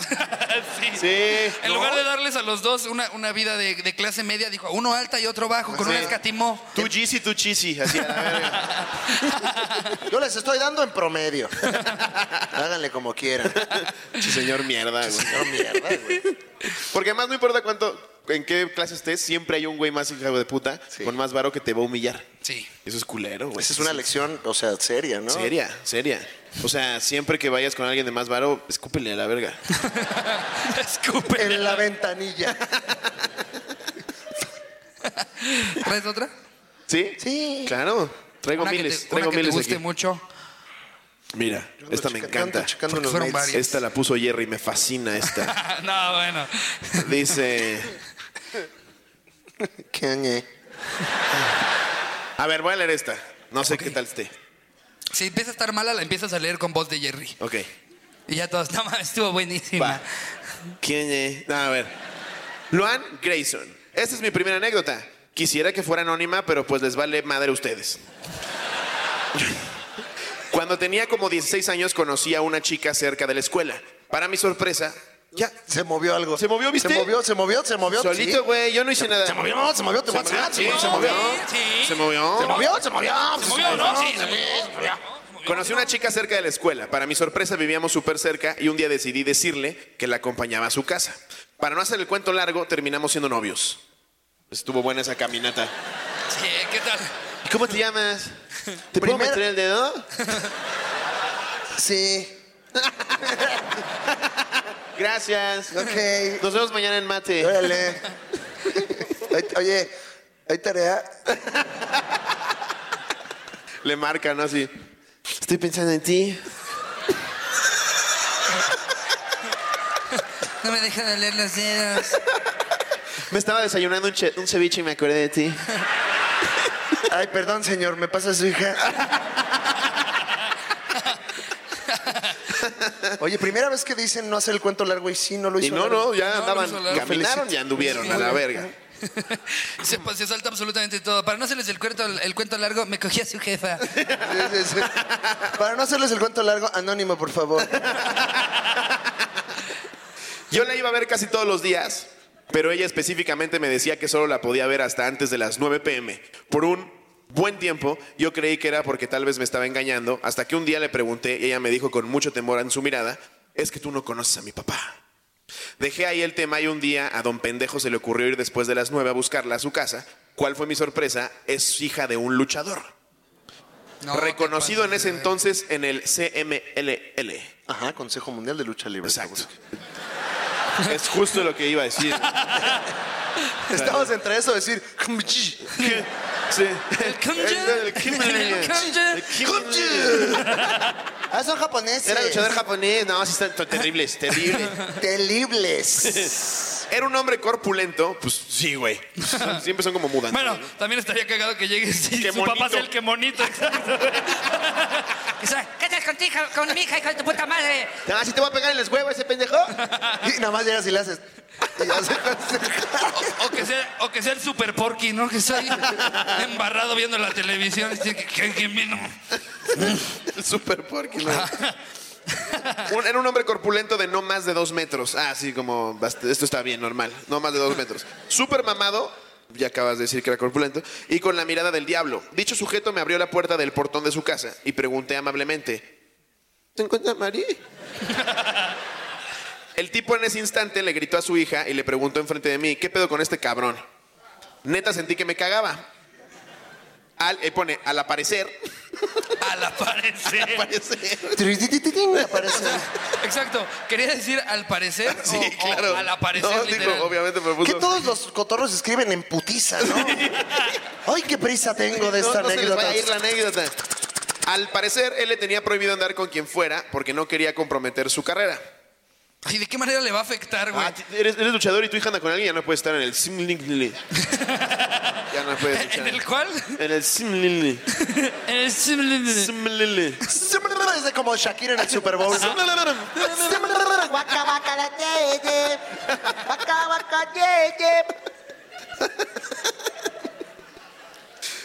S1: Sí.
S2: Sí.
S1: En lugar de darles a los dos una, una vida de, de clase media, dijo a uno alta y otro bajo, con
S2: Sí.
S1: un escatimó.
S2: Tú Yeezy, tú Chisi. *laughs* Así, a la verga.
S3: Yo les estoy dando en promedio.
S2: *laughs*
S3: Háganle como quieran.
S2: Sí, señor mierda, güey.
S3: No mierda, güey.
S2: Porque además no importa cuánto, en qué clase estés, siempre hay un güey más hijo de puta
S3: Sí.
S2: con más varo que te va a humillar.
S1: Sí.
S2: Eso es culero, güey.
S3: Esa es una lección, o sea, seria, ¿no?
S2: Seria, seria. O sea, siempre que vayas con alguien de más varo, escúpele a la verga.
S1: *laughs* Escúpele.
S3: En la ventanilla.
S1: ¿Traes otra?
S2: ¿Sí?
S3: Sí.
S2: Claro. Traigo
S1: Una que
S2: miles,
S1: te, una
S2: traigo
S1: que te
S2: miles
S1: guste
S2: aquí.
S1: mucho.
S2: Mira, esta me
S3: Yo ando
S2: encanta.
S3: checando
S1: Porque
S3: los
S1: fueron
S3: mails.
S1: varios.
S2: Esta la puso Jerry, me fascina *laughs* esta.
S1: *laughs* no, bueno.
S2: Dice,
S3: Qué ñe.
S2: a ver, voy a leer esta. No sé qué tal esté.
S1: Si empieza a estar mala, la empiezas a leer con voz de Jerry.
S2: Ok.
S1: Y ya todos, *laughs* no mames, estuvo buenísima.
S2: Va. ¿Quién es? No, a ver. Luan Grayson. Esta es mi primera anécdota. Quisiera que fuera anónima, pero pues les vale madre a ustedes. Cuando tenía como 16 años conocí a una chica cerca de la escuela. Para mi sorpresa,
S3: Ya, se movió algo.
S2: ¿Se movió, viste?
S3: Se movió, se movió, se movió.
S2: solito,
S3: sí.
S2: güey, yo no hice nada.
S3: Se movió, se movió, te voy a enseñar,
S2: sí,
S3: güey,
S2: se
S3: se
S2: movió.
S3: movió.
S1: Sí,
S2: Se
S1: sí.
S2: movió.
S3: Se movió, se movió. pues, Se
S1: movió, ¿no? Sí, se
S2: Conocí a una chica cerca de la escuela. Para mi sorpresa vivíamos súper cerca y un día decidí decirle que la acompañaba a su casa. Para no hacer el cuento largo, terminamos siendo novios. Estuvo buena esa caminata.
S1: Sí, ¿qué tal?
S2: ¿Cómo te llamas? ¿Te puedo
S3: Primera-
S2: meter el dedo?
S3: Sí,
S2: Gracias.
S3: ok.
S2: Nos vemos mañana en mate.
S3: Órale. Hay- Oye, hay tarea.
S2: Le marcan ¿no? Así. Estoy pensando en ti.
S1: No me deja de leer los dedos. *laughs*
S2: Me estaba desayunando un, che- un ceviche y me acordé de ti.
S3: Ay, perdón, señor, me pasa su hija. Oye, primera vez que dicen no hacer el cuento largo y sí, no lo hizo.
S2: Y no,
S3: largo.
S2: no, ya
S1: No,
S2: andaban,
S1: no hizo largo.
S2: caminaron y anduvieron a la verga.
S1: Se, pues, se salta absolutamente todo. Para no hacerles el cuento, el cuento largo, me cogí a su jefa.
S3: Sí, sí, sí. Para no hacerles el cuento largo, anónimo, por favor.
S2: Yo la iba a ver casi todos los días, pero ella específicamente me decía que solo la podía ver hasta antes de las 9 pm. Por un buen tiempo, yo creí que era porque tal vez me estaba engañando, hasta que un día le pregunté y ella me dijo con mucho temor en su mirada, es que tú no conoces a mi papá. Dejé ahí el tema y un día a don pendejo se le ocurrió ir después de las 9 a buscarla a su casa. ¿Cuál fue mi sorpresa? Es hija de un luchador.
S1: No,
S2: *laughs* reconocido
S1: te
S2: en
S1: pases
S2: ese
S1: de ver.
S2: entonces en el CMLL.
S3: Ajá, Consejo Mundial de Lucha Libre.
S2: Exacto. es justo lo que iba a decir.
S3: Estamos entre eso, decir.
S2: ¿Qué? Sí.
S1: El kanji.
S2: El kanji.
S1: El kanji.
S2: El kanji.
S3: Ah, son japoneses.
S2: Era luchador japonés. No, sí, está terrible, es terrible.
S1: *laughs*
S3: Terribles.
S2: Era un hombre corpulento. Pues sí,
S1: *laughs*
S2: güey. Siempre son como mudantes.
S1: Bueno, también estaría cagado que llegue si *laughs*
S2: Qué
S1: su papá
S2: monito.
S1: sea el que monito. *laughs* Exacto. O sea, ¿Qué estás contigo, con mi hija, hijo de tu puta madre?
S2: Ah, si te voy a pegar en los huevos ese pendejo.
S3: Y nada más llegas y le haces. Y ya se-
S1: O, o que sea, o que sea el super porky, ¿no? Que está ahí embarrado viendo la televisión. y dice, ¿Quién, quién vino?
S2: *laughs* El super porky, ¿no? Un- era un hombre corpulento de no más de dos metros. Ah, sí, como bast- esto está bien, normal. No más de dos metros. Súper mamado. Ya acabas de decir que era corpulento. Y con la mirada del diablo. Dicho sujeto me abrió la puerta del portón de su casa y pregunté amablemente: ¿Te encuentras Mari? El tipo en ese instante le gritó a su hija y le preguntó enfrente de mí: ¿Qué pedo con este cabrón? Neta sentí que me cagaba. Al, eh, pone, al aparecer, *laughs*
S1: Al aparecer.
S2: Parece.
S3: Trirititín, aparece.
S1: Exacto. Quería decir al *laughs* parecer o-
S2: Sí,
S1: o,
S2: claro.
S1: al aparecer.
S2: No,
S1: literal.
S2: digo, obviamente, pero
S3: Que
S2: puso-
S3: todos los cotorros escriben en
S2: *laughs*
S3: putiza, ¿no? Ay, qué prisa tengo de esta
S2: No, no se les
S3: anécdota.
S2: vaya a ir la anécdota. Al parecer, él le tenía prohibido andar con quien fuera porque no quería comprometer su carrera.
S1: Ay, ¿de qué manera le va a afectar, güey?
S2: Ah, eres, eres luchador y tu hija anda con alguien, ya no puedes estar en el simlingli. *laughs* ya no puedes
S1: ¿En
S2: luchar.
S1: el *laughs* cual?
S2: En el simlingli.
S1: En el simil-
S2: Simlingli.
S3: Es como Shakira en el
S2: *laughs*
S3: Super Bowl.
S4: Waka waka da jee jee. Waka waka jee jee.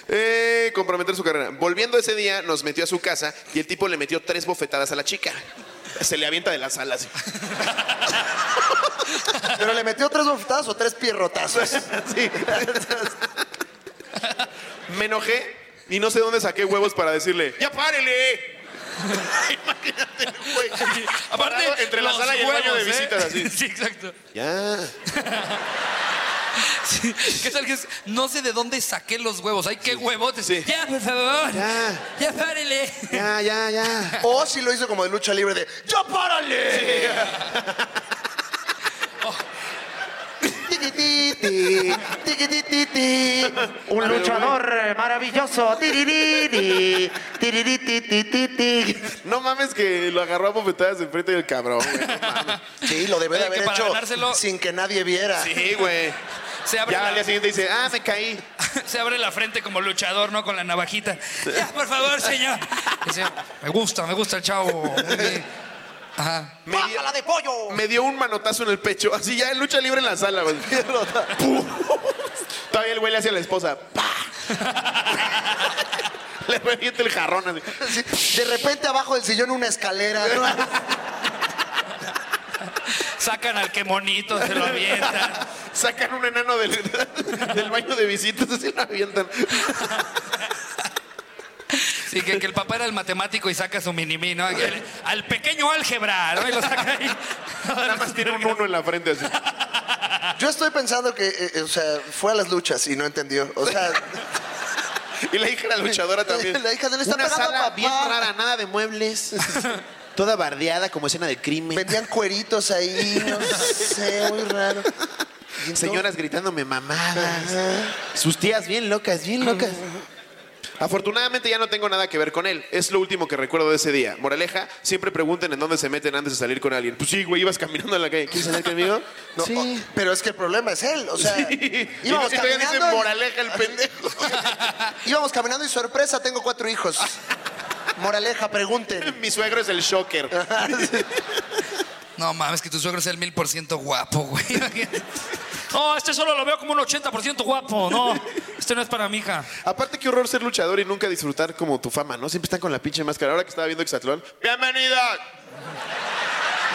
S2: Eh, comprometer su carrera. Volviendo ese día, nos metió a su casa y el tipo le metió tres bofetadas a la chica. Se le avienta de las alas.
S3: Pero le metió tres bofetadas o tres pierrotazos.
S2: Sí. Me enojé y no sé dónde saqué huevos para decirle, ¡ya párele!
S1: Aparte,
S2: Parado entre la
S1: los
S2: sala y el baño de
S1: huevos, ¿eh?
S2: visitas, así.
S1: *laughs* Sí, exacto.
S2: Ya.
S1: *laughs* Sí. ¿Qué tal que es? No sé de dónde saqué los huevos. Ay, qué huevotes.
S2: Sí.
S1: Ya, por favor.
S2: Ya.
S1: Ya, párele.
S2: Ya, ya, ya.
S3: O si lo hizo como de lucha libre de ¡Ya *laughs* párale! Tiquititi, tiquitititi.
S4: Un luchador eh, maravilloso. Tiririri, tirirititititi.
S2: No mames que lo agarró a bofetadas enfrente del cabrón. güey.
S3: Sí, lo debe
S1: Oye,
S3: de
S1: que
S3: haber
S1: para
S3: hecho
S1: ganárselo-
S3: sin que nadie viera.
S2: Sí, güey.
S1: Se abre,
S2: Ya al
S1: la,
S2: día siguiente dice, ah, me caí.
S1: *laughs* se abre la frente como luchador, ¿no? Con la navajita. Ya, por favor, señor. Dice, me gusta, me gusta el chavo. Muy bien. Ajá.
S2: Me dio,
S4: Bájala de pollo.
S2: me dio un manotazo en el pecho. Así ya en lucha libre en la sala, *laughs* güey. Pum. Todavía el güey le hace a la esposa. ¡pa! le revienta el jarrón así.
S3: Sí, De repente abajo del sillón
S2: *laughs*
S3: una escalera. ¿no?
S1: Sacan al que monito, se lo avientan.
S2: Sacan un enano del, del baño de visitas así lo avientan.
S1: Sí, que, que el papá era el matemático y saca su minimí, ¿no? Al, al pequeño álgebra, ¿no? Y lo saca ahí. *laughs*
S2: Nada más tiene un uno en la frente así.
S3: Yo estoy pensando que, eh, eh, o sea, fue a las luchas y no entendió.
S2: *laughs*
S3: O sea,
S2: Y la hija de *laughs* la luchadora también.
S3: La hija de él está
S2: Una
S3: pegando a
S2: sala
S3: papá.
S2: bien rara, nada de muebles. *laughs* Toda bardeada como escena de crimen.
S3: vendían cueritos ahí,
S2: *laughs*
S3: no sé, muy raro.
S2: Señoras gritándome mamadas.
S3: Ajá.
S2: Sus tías bien locas, bien locas. Afortunadamente ya no tengo nada que ver con él. Es lo último que recuerdo de ese día. Moraleja, siempre pregunten en dónde se meten antes de salir con alguien. Pues sí, güey, ibas caminando en la calle. ¿Quieres salir conmigo?
S3: No,
S2: *laughs* sí.
S3: o- pero es que el problema es él, o sea,
S2: Y no,
S3: íbamos,
S2: si todavía dicen
S3: caminando,
S2: moraleja el pendejo.
S3: *laughs* íbamos caminando y sorpresa, tengo cuatro hijos. Moraleja, pregunten.
S2: Mi suegro es el shocker.
S1: No mames, que tu suegro es el mil por ciento guapo, güey. *laughs* No, este solo lo veo como un 80% guapo. No, este no es para mi hija.
S2: Aparte, qué horror ser luchador y nunca disfrutar como tu fama, ¿no? Siempre están con la pinche máscara. Ahora que estaba viendo Exatlón, ¡bienvenido!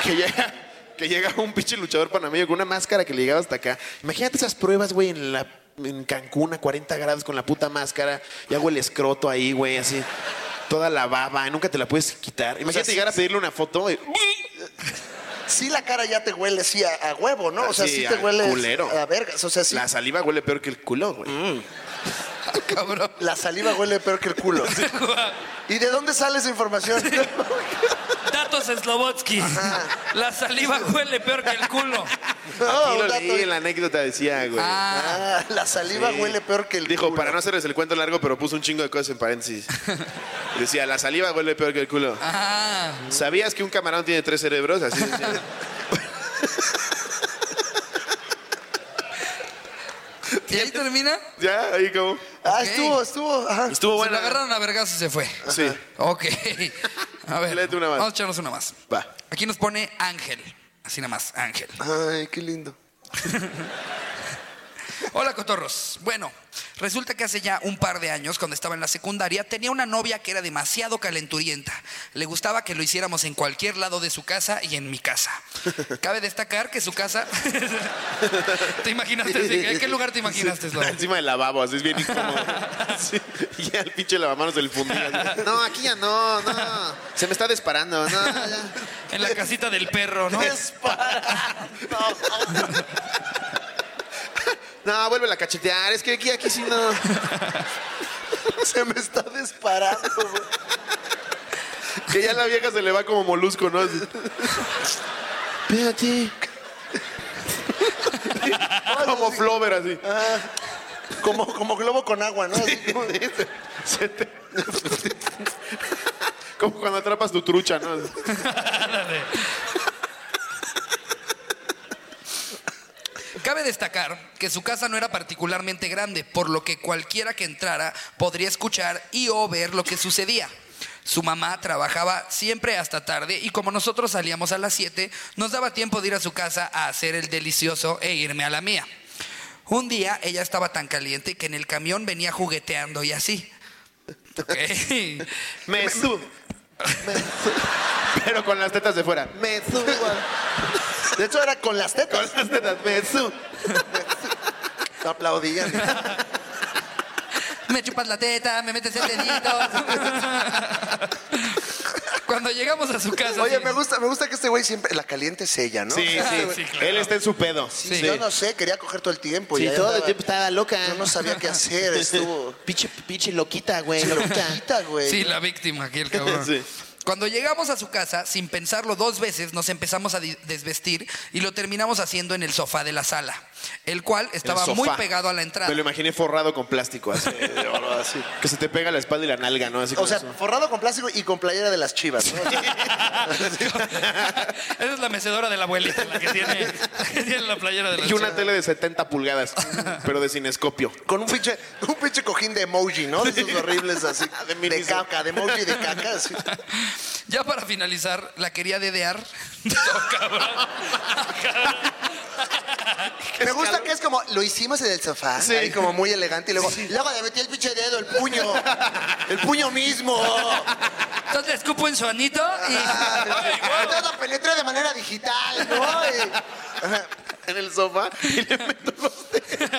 S2: Que llega, que llega un pinche luchador panameño con una máscara que le llegaba hasta acá. Imagínate esas pruebas, güey, en la en Cancún a 40 grados con la puta máscara y hago el escroto ahí, güey, así. Toda la baba, nunca te la puedes quitar. Imagínate
S3: sí.
S2: llegar a pedirle una foto. y-
S3: Sí, la cara ya te huele, sí, a, a huevo, ¿no? O sea,
S2: Sí,
S3: sí te
S2: a
S3: huele
S2: culero.
S3: a vergas, o sea, sí.
S2: La
S3: La,
S2: saliva huele peor que el culo, güey.
S1: Cabrón. *laughs*
S3: saliva huele peor que
S2: *laughs*
S3: el culo. ¿Y de dónde sale esa información?
S1: Datos Slovotsky. La saliva huele peor que el culo.
S3: No,
S2: Aquí lo
S3: un dato-
S2: leí en la anécdota, decía, güey.
S3: Ah, la saliva huele peor que el
S2: Dijo,
S3: culo.
S2: para no hacerles el cuento largo, pero puso un chingo de cosas en *laughs* paréntesis. Decía, la saliva huele peor que el culo.
S1: Ah,
S2: ¿Sabías que un camarón tiene tres cerebros? Así *laughs* decía.
S1: y ahí termina.
S2: ya, ahí como.
S3: Ah,
S1: Ok.
S3: estuvo, estuvo. Ajá.
S2: Estuvo
S1: Se lo
S2: Oh, bueno.
S1: agarraron a vergas y se fue.
S2: Sí.
S1: Ok. A ver.
S2: Léete una más.
S1: Vamos a echarnos una más.
S2: Va.
S1: Aquí nos pone Ángel. Así nada más, Ángel.
S3: Ay, qué lindo.
S1: Hola, cotorros. Bueno, resulta que hace ya un par de años, cuando estaba en la secundaria, tenía una novia que era demasiado calenturienta. Le gustaba que lo hiciéramos en cualquier lado de su casa y en mi casa. Cabe destacar que su casa. *laughs* ¿Te imaginaste? sí? ¿En qué lugar te imaginaste, Slobo?
S2: Encima del lavabo, así es *laughs* bien incómodo. Sí. Y ya el pinche lavamanos del fundido. así. No, aquí ya no, no. Se me está disparando, no. ya.
S1: En la casita del perro, ¿no?
S2: No, vuelve a cachetear, es que aquí, aquí sí no.
S3: Se Se me está disparando, güey.
S2: Que ya la vieja se le va como molusco, *laughs* ¿no? Así,
S3: Espérate.
S2: Como flover, así.
S3: Como, como globo con agua, ¿no? Así como-
S2: Se te- Como cuando atrapas tu trucha, ¿no?
S1: Cabe destacar que su casa no era particularmente grande, por lo que cualquiera que entrara podría escuchar y o ver lo que sucedía. Su mamá trabajaba siempre hasta tarde y como nosotros salíamos a las 7, nos daba tiempo de ir a su casa a hacer el delicioso e irme a la mía. Un día ella estaba tan caliente que en el camión venía jugueteando y así. Ok.
S2: Me subo. Pero con las tetas de fuera.
S4: Me subo.
S3: De hecho, era con las tetas.
S2: Con las tetas, me subo.
S3: Aplaudían.
S1: Me chupas la teta, me metes el dedito. Cuando llegamos a su casa...
S3: Oye,
S1: sí.
S3: *laughs* me gusta, me gusta que este güey siempre. La caliente es ella, ¿no?
S2: Sí,
S3: O sea,
S2: sí,
S3: güey,
S1: sí, claro.
S2: Él está en su pedo.
S1: Sí.
S3: Yo no sé, quería coger todo el tiempo. y
S4: Sí,
S3: ahí
S4: todo el
S3: andaba.
S4: tiempo estaba loca.
S3: Yo no sabía qué hacer, estuvo.
S4: Pinche, pinche loquita, güey. Loquita.
S3: Loquita, güey.
S1: Sí, la víctima aquí, el cabrón.
S2: Sí.
S1: Cuando llegamos a su casa, sin pensarlo dos veces, nos empezamos a di- desvestir y lo terminamos haciendo en el sofá de la sala, el cual estaba
S2: El
S1: muy
S2: sofá.
S1: pegado a la entrada.
S2: Me lo imaginé forrado con plástico, así, de oro, así. Que se te pega la espalda y la nalga, ¿no? Así
S3: O
S2: como
S3: sea,
S2: eso.
S3: forrado con plástico y con playera de las chivas, ¿no?
S1: *laughs* Esa es la mecedora de la abuelita, la que tiene, la que tiene la playera de la
S2: y una
S1: chava.
S2: tele de 70 pulgadas, pero de cinescopio.
S3: Con un pinche, un pinche cojín de emoji, ¿no? De esos
S2: *laughs*
S3: horribles así.
S2: Ah, De
S3: De,
S2: minis.
S3: caca, de emoji de
S2: *laughs*
S3: caca. así.
S1: Ya para finalizar, la quería dedear. No, cabrón.
S3: Me gusta que es como, lo hicimos en el sofá.
S2: Sí.
S3: Ahí como muy elegante. Y luego, luego le metí el pinche dedo, el puño. El
S2: *laughs*
S3: puño mismo.
S1: Entonces le escupo en su anito y...
S3: *laughs*
S1: ¡Ay, guau!
S3: Entonces lo penetré de manera digital, ¿no? Y-
S2: En el sofá y le meto los dedos.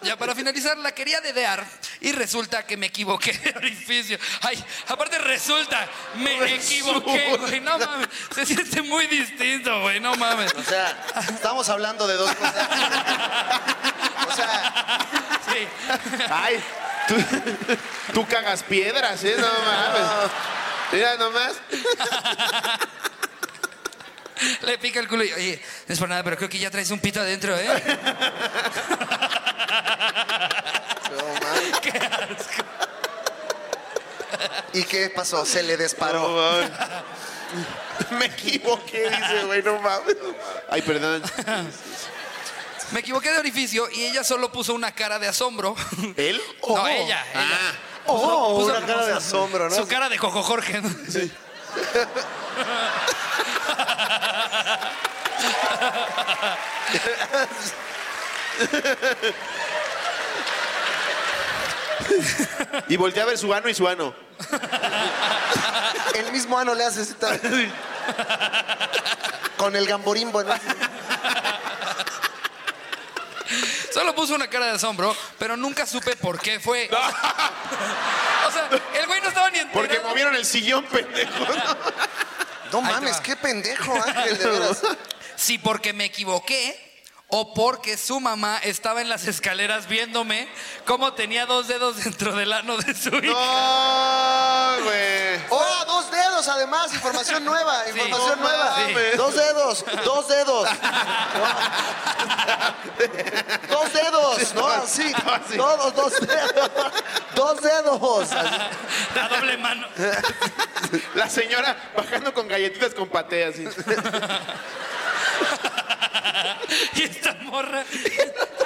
S1: Ya para finalizar, la quería dedear y resulta que me equivoqué de orificio. Ay, aparte resulta, me equivoqué, güey. No mames, se siente muy distinto, güey. No mames.
S3: O sea, estamos hablando de dos cosas. O sea,
S1: Sí.
S2: Ay, tú, *laughs* tú cagas piedras, ¿eh? No mames. Mira nomás.
S1: Le pica el culo y, oye, no es por nada, pero creo que ya traes un pito adentro, ¿eh?
S3: ¿y qué pasó? Se le disparó.
S2: Me equivoqué, dice, güey, no mames. Ay, perdón.
S1: Me equivoqué de orificio y ella solo puso una cara de asombro.
S2: ¿Él?
S1: No, ella. ella.
S3: Oh,
S1: Puso-
S3: una
S1: puso-
S3: cara de asombro, ¿no?
S1: Su cara de Jojo Jorge. ¿no?
S2: Y volteé a ver su ano y su ano.
S3: El mismo ano le hace así, tal. *laughs* Con el gamborimbo, ¿no?
S1: Solo puso una cara de asombro, pero nunca supe por qué fue. O sea, el güey no estaba ni enterado.
S2: Porque movieron el sillón, *laughs* pendejo.
S3: No
S1: Ahí te
S3: mames,
S1: va.
S3: qué pendejo, Ángel, de veras.
S1: si porque me equivoqué o porque su mamá estaba en las escaleras viéndome cómo tenía dos dedos dentro del ano de su hija.
S2: No, güey.
S3: ¡Oh, dos dedos además! Información nueva, información
S2: No
S3: nueva. Ah, pues.
S2: mames.
S3: Dos dedos, dos dedos. Dos dedos, ¿no? Así.
S2: así.
S3: Todos, dos dedos. Dos dedos.
S1: A doble mano.
S2: La señora bajando con galletitas con paté, así.
S1: Y esta morra.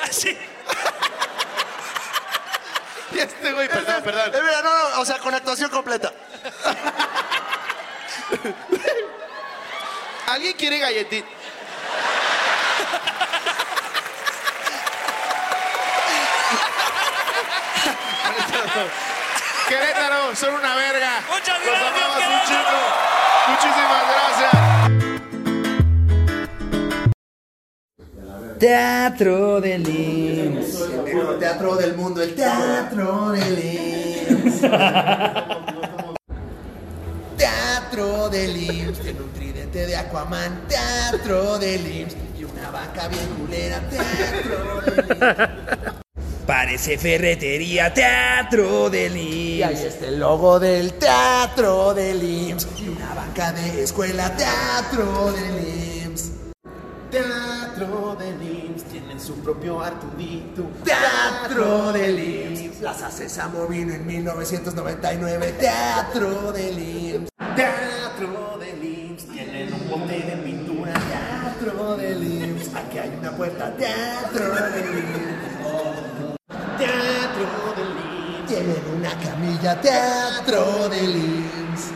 S1: Así.
S2: Y este güey, perdón,
S3: Eh,
S2: perdón.
S3: mira, no, no, o sea, con actuación completa.
S2: ¿Alguien quiere galletitas? Querétaro, son una verga.
S1: Muchas
S2: Los
S1: gracias,
S2: amamos un
S1: Querétaro.
S2: chico. Muchísimas gracias.
S5: Teatro del IMSS.
S3: El teatro del mundo, el teatro del IMSS. teatro del IMSS, tiene un tridente de Aquaman, teatro del IMSS, y una vaca bien culera, teatro del IMSS.
S5: Parece ferretería, teatro del
S4: Y ahí
S5: IMSS.
S4: está el logo del Teatro del IMSS. Y una banca de escuela, Teatro del IMSS. Teatro del IMSS. Tienen su propio artudito. Teatro del IMSS. Plaza Sésamo vino en 1999. Teatro del IMSS. Teatro del IMSS. Tienen un bote de pintura. Teatro del IMSS. Aquí hay una puerta. Teatro del IMSS. Teatro del IMSS. Tienen una camilla, teatro del IMSS.